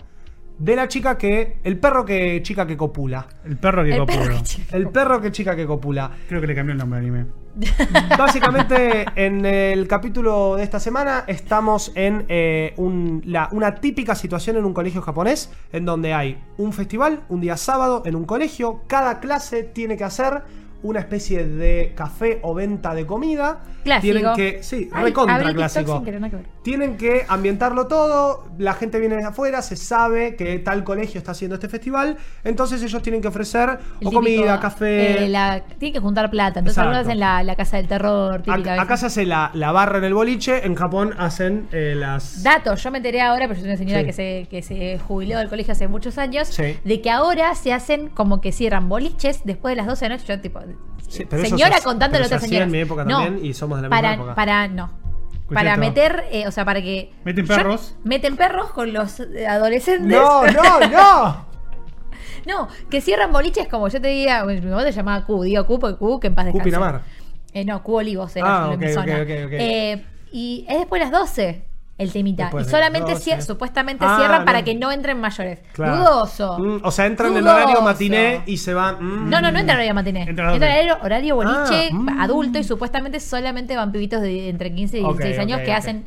de la chica que, el perro que chica que copula.
El perro que
El
copuló.
perro que chica.
El perro que chica que copula.
Creo que le cambió el nombre al anime.
Básicamente, en el capítulo de esta semana estamos en eh, un- la- una típica situación en un colegio japonés, en donde hay un festival, un día sábado, en un colegio, cada clase tiene que hacer una especie de café o venta de comida.
Clásico.
Tienen que, sí,
Ay, abrí
recontra
TikTok
clásico.
sin querer, nada que ver.
Tienen que ambientarlo todo, la gente viene de afuera, se sabe que tal colegio está haciendo este festival, entonces ellos tienen que ofrecer
El
o
típico,
comida, café,
eh, la- tienen que juntar plata. Entonces,
Exacto.
algunos hacen la, la casa del terror.
Ac-
Típica, a
acá se
veces.
hace la, la barra en el boliche, en Japón hacen eh, las.
Datos, yo me enteré ahora, pero yo soy una señora
Sí.
que, se, que se jubiló del colegio hace muchos años,
Sí.
de que ahora se hacen como que cierran boliches después de las 12 de la noche. Yo, tipo,
Sí, pero eso
señora
se-
contando a
pero
la otra
se
señora.
hacía en mi época
No,
también y somos de la misma
para,
época.
Para, no.
Escucha
para
esto.
meter, eh, o sea, para que.
Meten
yo-
perros.
meten perros con los eh, adolescentes.
No, no, no.
No, que cierran boliches como yo te diga, mi mamá se llamaba Q, digo Q porque Q, que en paz
Q
descanse.
Pinamar.
Eh, no, Q Olivos era
Ah,
solo en mi
ok,
zona.
ok, ok, ok.
Eh, y es después de las 12 el temita.
Después
y
de
solamente
las
cier-
12.
supuestamente
Ah,
cierran
no.
para que no entren mayores.
Claro.
Dudoso.
Mm, o sea, entran en
Dudoso.
horario matiné y se van. mm.
No, no, no entra horario matiné.
Entra a
Entra
las
horario, horario boliche,
Ah, mm.
adulto, y supuestamente solamente van pibitos de entre 15 y 16
Ok,
años
ok,
que
ok.
hacen.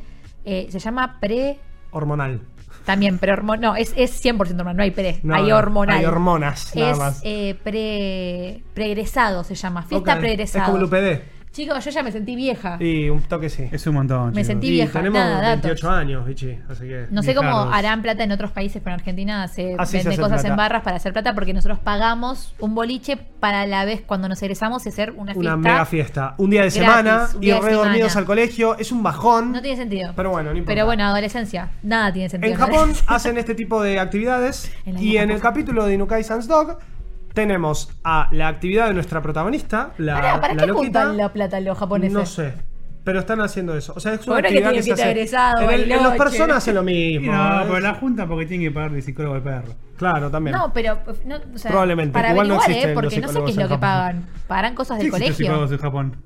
eh, se llama pre.
Hormonal.
También, pero hormon- No, es, es 100% hormonal, no hay pre,
No,
hay
no,
hormonal.
hay hormonas, nada
es
más.
eh, pre, pregresado, se llama. Fiesta
Ok.
pregresado.
Es como el UPD.
Chicos, yo ya me sentí vieja.
Y un toque sí.
Es un montón.
Me
chicos.
sentí-
y
vieja,
tenemos
nada, datos.
28 años, Vichy. Así que.
No sé cómo
viejaros.
harán plata en otros países, pero en Argentina se
Así Ah, se
vende
hace
cosas
plata.
en barras para hacer plata porque nosotros pagamos un boliche para la vez cuando nos egresamos y hacer una fiesta.
Una mega fiesta. Un día de
Gratis,
semana
un
y
día de
re dormidos
semana.
al colegio. Es un bajón.
No tiene sentido.
Pero bueno, no importa.
Pero bueno, adolescencia. Nada tiene sentido.
En
la
Japón
adolescencia.
hacen este tipo de actividades
En la
y
misma
en el
cosa.
capítulo de Inukai Sans Dog tenemos a la actividad de nuestra protagonista, la,
Pará, ¿Para
la
qué
loquita.
juntan la plata los japoneses?
No sé. Pero están haciendo eso. O sea, es una
Pobre que
actividad
tiene
que se
que
hace.
estar egresado,
en, el- en los
bariloche.
personas hacen lo
Y
mismo.
No,
¿eh?
pero la junta porque tienen que pagarle psicólogo al perro.
Claro, también.
No, pero pues, no, o sea,
Probablemente.
para
Igual no
averiguar,
existen
eh, porque
los
no sé qué
psicólogos
es lo
en
que
Japón.
pagan. Pagan cosas Ah, del
¿Qué existe
colegio.
psicólogos en Japón?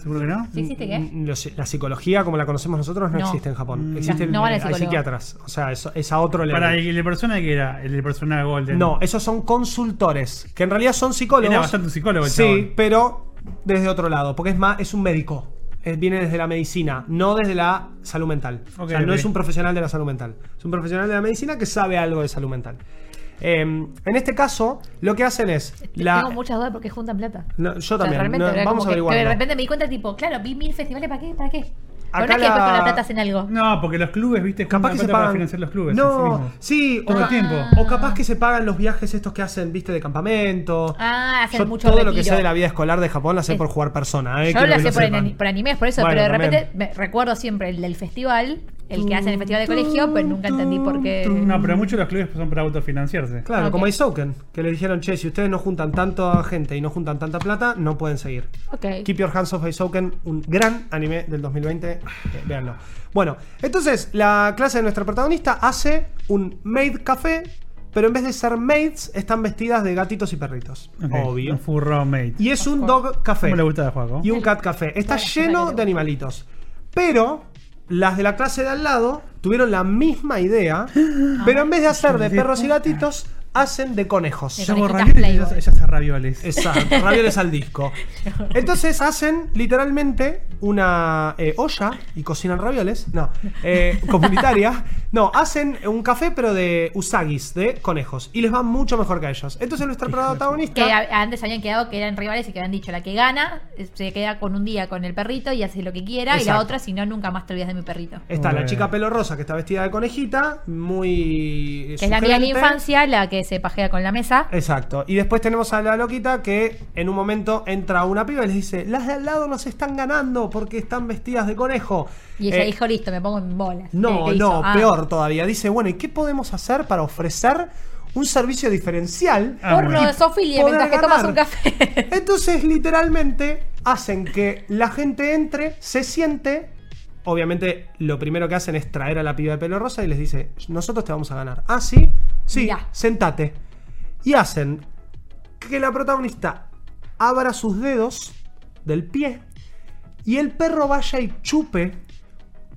¿Seguro que no?
¿Sí existe qué?
Mm, los- la psicología como la conocemos nosotros no,
No.
existe en Japón.
Mm.
Existen
No van al
eh, hay
psicólogo.
psiquiatras. O sea, eso es a otro
Para
nivel.
el, el persona que era, el de persona Golden.
No, esos son consultores, que en realidad son psicólogos.
Era bastante un psicólogo el
Sí,
chabón.
pero desde otro lado, porque es más, es un médico. Eh, Viene desde la medicina, no desde la salud mental. o
Ok,
sea, no
ok.
es un profesional de la salud mental. Es un profesional de la medicina que sabe algo de salud mental. Eh, en este caso, lo que hacen es. la-
Tengo muchas dudas porque juntan plata.
No, yo
O sea,
también.
realmente,
no,
era como
vamos a
que-
averiguar. ¿eh?
que de repente me di cuenta, tipo, claro, vi mil festivales, ¿para qué? ¿Para qué? Pero no
Acá
es que después
la-
con la plata hacen algo.
No, porque los clubes, viste,
Capaz
Juntan
que se
plata para
pagan.
financiar los clubes. en sí
no,
mismos.
sí,
Todo
o,
el tiempo.
o capaz que se pagan los viajes estos que hacen, viste, de campamento.
Ah, hacen
Yo
mucho
todo lo que
retiro.
sé de la vida escolar de Japón la sé
Es-
por jugar persona. eh,
Yo
quiero
lo
que
hacía por,
sepan.
ani- por animes, por eso,
Bueno,
pero de
también.
repente me- recuerdo siempre el del festival, el que hacen en el festival de colegio, pero nunca entendí por qué.
No, pero muchos de los clubes son para autofinanciarse.
Ah,
Claro,
Ok.
como Isoken, que le dijeron, che, si ustedes no juntan tanta gente y no juntan tanta plata, no pueden seguir.
Ok.
Keep Your Hands Off Isoken, un gran anime del 2020, eh, véanlo. Bueno, entonces la clase de nuestra protagonista hace un maid café, pero en vez de ser maids, están vestidas de gatitos y perritos.
Ok,
Obvio.
Un furro mate.
Y es un dog café
¿Cómo le gusta a Juaco?
y un cat café. Está lleno de animalitos. Pero las de la clase de al lado tuvieron la misma idea, pero en vez de hacer de perros y gatitos, hacen de conejos.
Conejitas
Yo hago ravioles y ella
Playboy.
ella hace ravioles.
Exacto, ravioles al disco. Entonces hacen literalmente una eh, olla y cocinan ravioles. No, eh, comunitaria. No, hacen un café, pero de usagis, de conejos. Y les va mucho mejor que a ellos. Entonces nuestra protagonista.
Que a- antes habían quedado que eran rivales y que habían dicho, la que gana eh, se queda con un día con el perrito y hace lo que quiera, y la
Exacto.
otra, si no, nunca más te olvidas de mi perrito.
Está la
Bueno.
chica pelo rosa que está vestida de conejita, muy. eh,
Que es la amiga de la
sugerente.
infancia, la que se pajea con la mesa.
Exacto. Y después tenemos a la loquita que en un momento entra una piba y les dice: Las de al lado nos están ganando porque están vestidas de conejo.
Y ella
Eh,
dijo, listo, me pongo en bolas. Eh,
No,
¿qué hizo?
no,
Ah.
peor todavía. Dice: Bueno, ¿y qué podemos hacer para ofrecer un servicio diferencial?
Ah,
Porno
bueno.
de Sofilia
Poder
mientras que
ganar.
tomas un café.
Entonces, literalmente, hacen que la gente entre, se siente. Obviamente, lo primero que hacen es traer a la piba de pelo rosa y les dice: Nosotros te vamos a ganar. Ah, sí, sí,
Mirá.
sentate. Y hacen que la protagonista abra sus dedos del pie y el perro vaya y chupe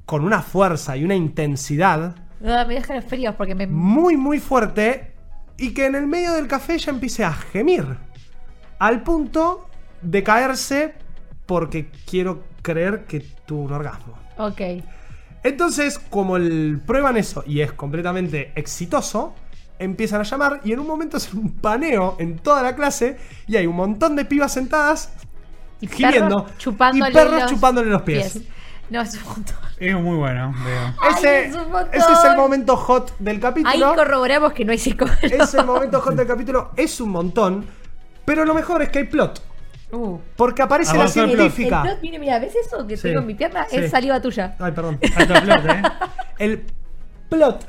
con una fuerza y una intensidad
Ah, me dejan fríos porque me...
muy muy fuerte y que en el medio del café ya empiece a gemir. Al punto de caerse porque quiero creer que tuvo un orgasmo.
Ok.
Entonces, como el, prueban eso y es completamente exitoso, empiezan a llamar y en un momento hacen un paneo en toda la clase y hay un montón de pibas sentadas
Y
Gimiendo.
perros chupándole
Y perros chupándole los pies.
No, es un montón.
Es muy bueno, veo.
Ay,
Ese,
es un montón.
ese es el momento hot del
Ahí
capítulo.
corroboramos que no hay psicólogo.
Es el momento hot del capítulo, es un montón. Pero lo mejor es que hay plot.
Uh.
Porque aparece
Avanza
la
el plot.
El
científica.
plot, mire, mira, ¿ves eso que
Sí.
tengo en mi pierna?
Sí.
Es saliva tuya.
Ay, perdón.
Alto plot, ¿eh?
El plot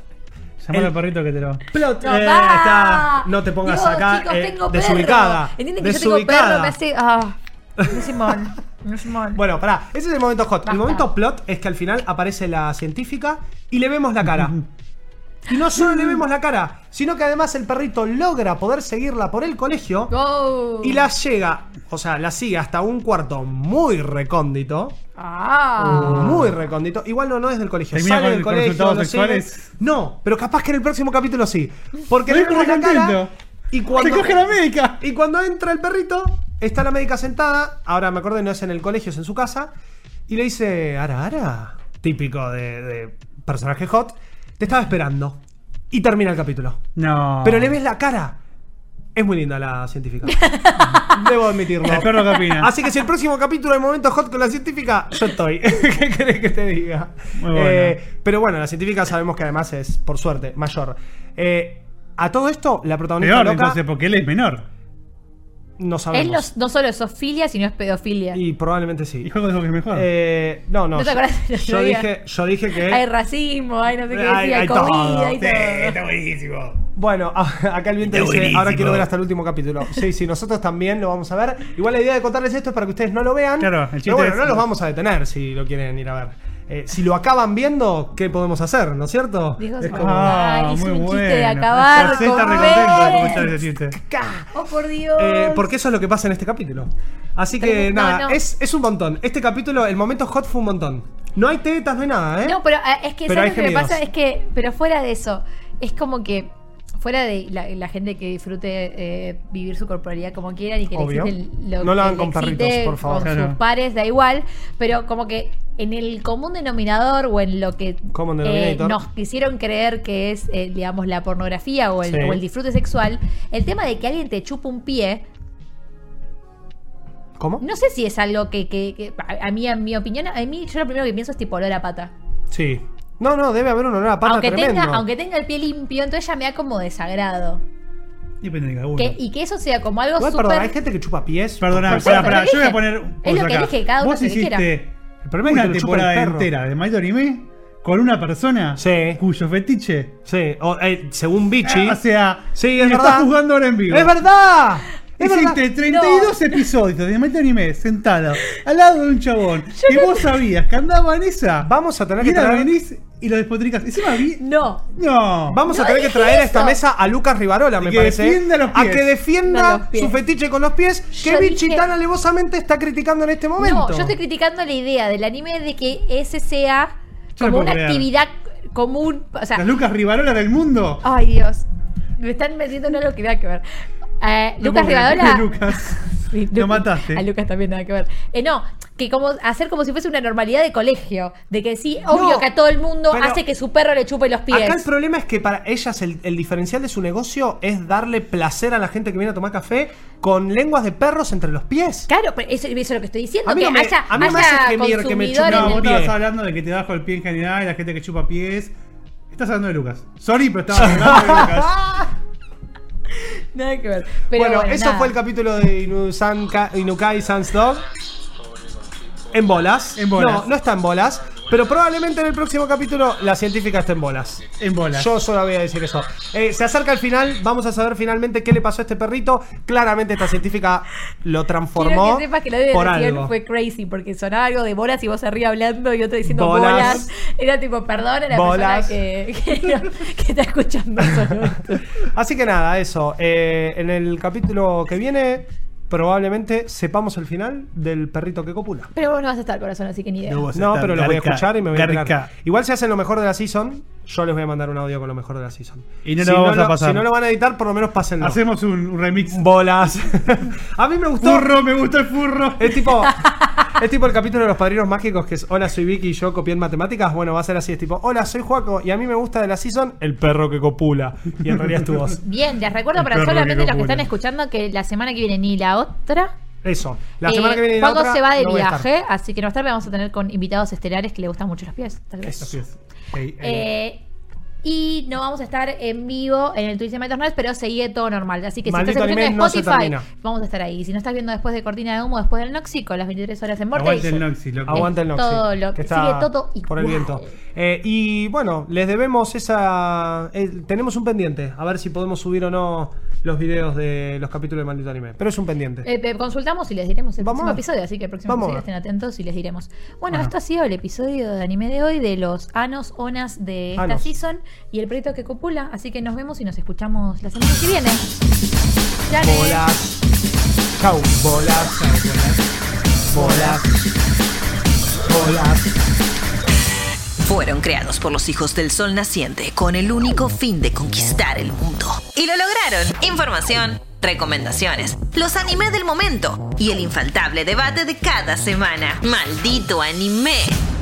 Llamar
El-
al perrito que te lo.
Plot.
No,
eh,
está.
está. No te pongas
Digo,
acá.
chicos,
eh,
tengo
desubicada.
perro. Entienden que yo tengo
desubicada.
perro, me hace. Ah, no Simón. No Simón.
Bueno, pará, ese es el momento hot. El
Basta.
momento plot es que al final aparece la científica y le vemos la cara. Y no solo le vemos la cara, sino que además el perrito logra poder seguirla por el colegio
Go.
y la llega, o sea, la sigue hasta un cuarto muy recóndito.
Ah.
Muy recóndito. Igual no, no es del colegio.
¿Termina
sale
con-
del
con
colegio.
resultados
lo sigue.
sexuales?
No, pero capaz que en el próximo capítulo sí. Porque
Estoy
le vemos la
muy
cara
contento.
y cuando.
¡Se coge la médica!
Y cuando entra el perrito, está la médica sentada. Ahora me acordé, no es en el colegio, es en su casa. Y le dice, Ara, Ara, típico de, de personaje hot, te estaba esperando. Y termina el capítulo.
No.
Pero le ves la cara. Es muy linda la científica. Debo admitirlo.
El perro que opina.
Así que si el próximo capítulo de Momento Hot con la científica, yo estoy. ¿Qué querés que te diga? Eh,
Muy bueno.
pero bueno, la científica sabemos que además es, por suerte, mayor. Eh, a todo esto, la protagonista
Peor,
loca
entonces, porque él es menor.
no
Él no,
sabemos.
no solo es zoofilia, sino es pedofilia.
Y probablemente Ah. sí.
Y juego de eso que es mejor.
Eh, no, no.
¿No te acordás del otro
yo,
día?
dije, yo dije que.
Hay racismo, hay no sé qué, sí,
¿eh? Hay-
hay,
hay
comida,
todo.
hay
Sí,
todo.
buenísimo.
Bueno, a- acá el viento
Está
dice, ahora
buenísimo.
quiero ver hasta el último capítulo. Sí, sí, nosotros también lo vamos a ver. Igual la idea de contarles esto es para que ustedes no lo vean.
Claro, el chiste
pero bueno,
es-
no los vamos a detener si lo quieren ir a ver. Eh, si lo acaban viendo, ¿qué podemos hacer? ¿No es cierto?
Dijo
es
Sofía.
como...
Ay, hizo Ah, un chiste de acabar
Marcel está
con
recontento de
Ben.
escuchar ese chiste.
¡ca!
Oh, por Dios.
Eh, porque eso es lo que pasa en este capítulo. Así que
Pero- no,
nada,
no.
Es, es un montón. Este capítulo, el momento hot fue un montón. No hay tetas, no hay nada, ¿eh?
No, pero ah, es que
Pero
¿sabes lo
hay
que me
gemidos.
pasa es que, pero fuera de eso, es como que fuera de la, la gente que disfrute eh, vivir su corporalidad como quieran y que le
Obvio.
exciten
No lo
que
hagan
le
con
excite,
perritos, por favor.
Con
Claro.
sus pares, da igual, pero como que en el común denominador o en lo que eh,
Common denominator.
nos quisieron creer que es, eh, digamos, la pornografía o el,
Sí.
o el disfrute sexual, el tema de que alguien te chupa un pie,
¿Cómo?
no sé si es algo que, que- que- a, a mí, en mi opinión, a mí yo lo primero que pienso es tipo olor a pata.
Sí. No, no, debe haber un olor a pata
aunque
tremendo.
tenga, aunque tenga el pie limpio, entonces ya me da como desagrado.
Depende de cada uno.
Que- y que eso sea como algo
Igual, perdón, hay
súper...
gente que chupa pies.
Perdona,
Por
pará,
supuesto,
pará,
lo
yo
que
voy a
dije.
poner un
Es lo
curso
que
acá.
dije, cada uno
Vos
hace lo que
hiciste
El problema es que
una
te lo chupa el
temporada
perro.
entera de My Anime con una persona
Sí.
cuyo fetiche.
Sí, o, eh, según Bichi.
Ah, O sea,
Sí,
y
es
me
verdad.
estás jugando ahora en vivo.
¡Es verdad! ¡Es verdad!
Hiciste 32 episodios de My Anime sentado al lado de un chabón que vos sabías que andaba en esa.
Vamos a tener
y
que
ahora
traer-
venís y lo despotricas. Encima vi.
No.
No.
Vamos a
No
tener que
dije
traer a esta
eso.
mesa a Lucas Rivarola, me
que
parece. ¿eh?
defienda los
A
pies.
que
No,
defienda
los pies.
su fetiche con los pies que
Yo
Bichi
dije-
tan alevosamente está criticando en este momento.
No, yo estoy criticando la idea del anime de que ese sea
Yo no
como
puedo
una
creer.
actividad común. O sea,
Las Lucas Rivarola del mundo.
ay Dios. Me están metiendo en algo que nada que ver. Eh,
No
Lucas
puedo creer.
Rivadola.
Lucas.
Sí,
Lo
Lucas-
mataste.
A Lucas también nada que ver. Eh, no, que como hacer como si fuese una normalidad de colegio. De que sí, obvio
No,
que a todo el mundo
pero-
hace que su perro le chupe los pies.
Acá el problema es que para ellas el, el diferencial de su negocio es darle placer a la gente que viene a tomar café con lenguas de perros entre los pies.
Claro, pero eso, eso es lo que estoy diciendo.
A mí
que
no me-
haya,
a mí no me
haya
hace gemir que me
consumidores
chupen
No,
el
vos
del-
pie.
estabas hablando de que te bajo el pie en general y la gente que chupa pies. Estás hablando de Lucas. Sorry, pero estabas hablando de Lucas.
Nada que ver. Pero
bueno,
bueno,
eso
nada.
fue el capítulo de Inusan- Ka- Inukai Sans 2. En bolas.
En bolas.
No, no está en bolas. Pero probablemente en el próximo capítulo la científica esté en bolas.
En bolas.
Yo solo voy a decir eso. Eh, se acerca el final, vamos a saber finalmente qué le pasó a este perrito. Claramente esta científica lo
Quiero
transformó
que sepas que la de
por
recién
algo.
fue crazy porque sonaba algo de bolas y vos arriba hablando y otro diciendo
Bolas.
bolas. Era tipo, perdón a la
Bolas.
persona que, que, que está escuchando solo esto.
Así que nada, eso. Eh, en el capítulo que viene probablemente sepamos el final del perrito que copula.
Pero vos no vas a estar corazón, así que ni idea.
No, vos-
No,
Está
pero lo voy a
garca,
escuchar y me voy a
garca.
enterar. Igual si hacen lo mejor de la season, yo les voy a mandar un audio con lo mejor de la season.
Y no lo vamos a pasar.
Si no lo van a editar, por lo menos pásenlo.
Hacemos un, un remix.
bolas. a mí me gustó.
Furro, me gusta el furro.
Es tipo, es tipo el capítulo de los padrinos mágicos que es Hola, soy Vicky y yo copié en matemáticas. Bueno, va a ser así, es tipo, hola, soy Juaco y a mí me gusta de la season el perro que copula. Y en realidad es tu voz.
Bien, les recuerdo para
perro que
solamente los que
copula.
están escuchando que la semana que viene ni la otra.
Eso. La
eh,
semana que viene y la
Juaco
otra,
se va de
no voy a estar.
viaje, así que no va a estar, pero vamos a tener con invitados estelares que le gustan mucho los pies, tal vez.
Así es. Ey, ey.
Eh, Y no vamos a estar en vivo en el Twitch de Matos Nerds, pero sigue todo normal. Así que si
Maldito
estás escuchando
anime
en
no se
Spotify,
termina.
vamos a estar ahí. Si no estás viendo después de Cortina de Humo, después del Noxico, las 23 horas en Vortex.
Aguante el Noxi, loco.
Aguanta el Noxi.
todo lo-
que está
sigue todo
Por el
igual.
viento. Eh, y bueno, les debemos esa. eh, tenemos un pendiente. A ver si podemos subir o no los videos de los capítulos de Maldito Anime. Pero es un pendiente.
Eh, eh, consultamos y les diremos el
Vamos
próximo
a ver.
episodio, así que el próximo
Vamos a
episodio
ver.
estén atentos y les diremos. Bueno,
Bueno.
esto ha sido el episodio de anime de hoy de los Anos Onas de esta
Anos.
season y el proyecto que copula, así que nos vemos y nos escuchamos la semana que viene. Dale.
Bolas. Chau, bolas. Bolas. Bolas.
Fueron creados por los hijos del sol naciente con el único fin de conquistar el mundo. Y lo lograron. Información, recomendaciones, los anime del momento y el infaltable debate de cada semana. ¡Maldito anime!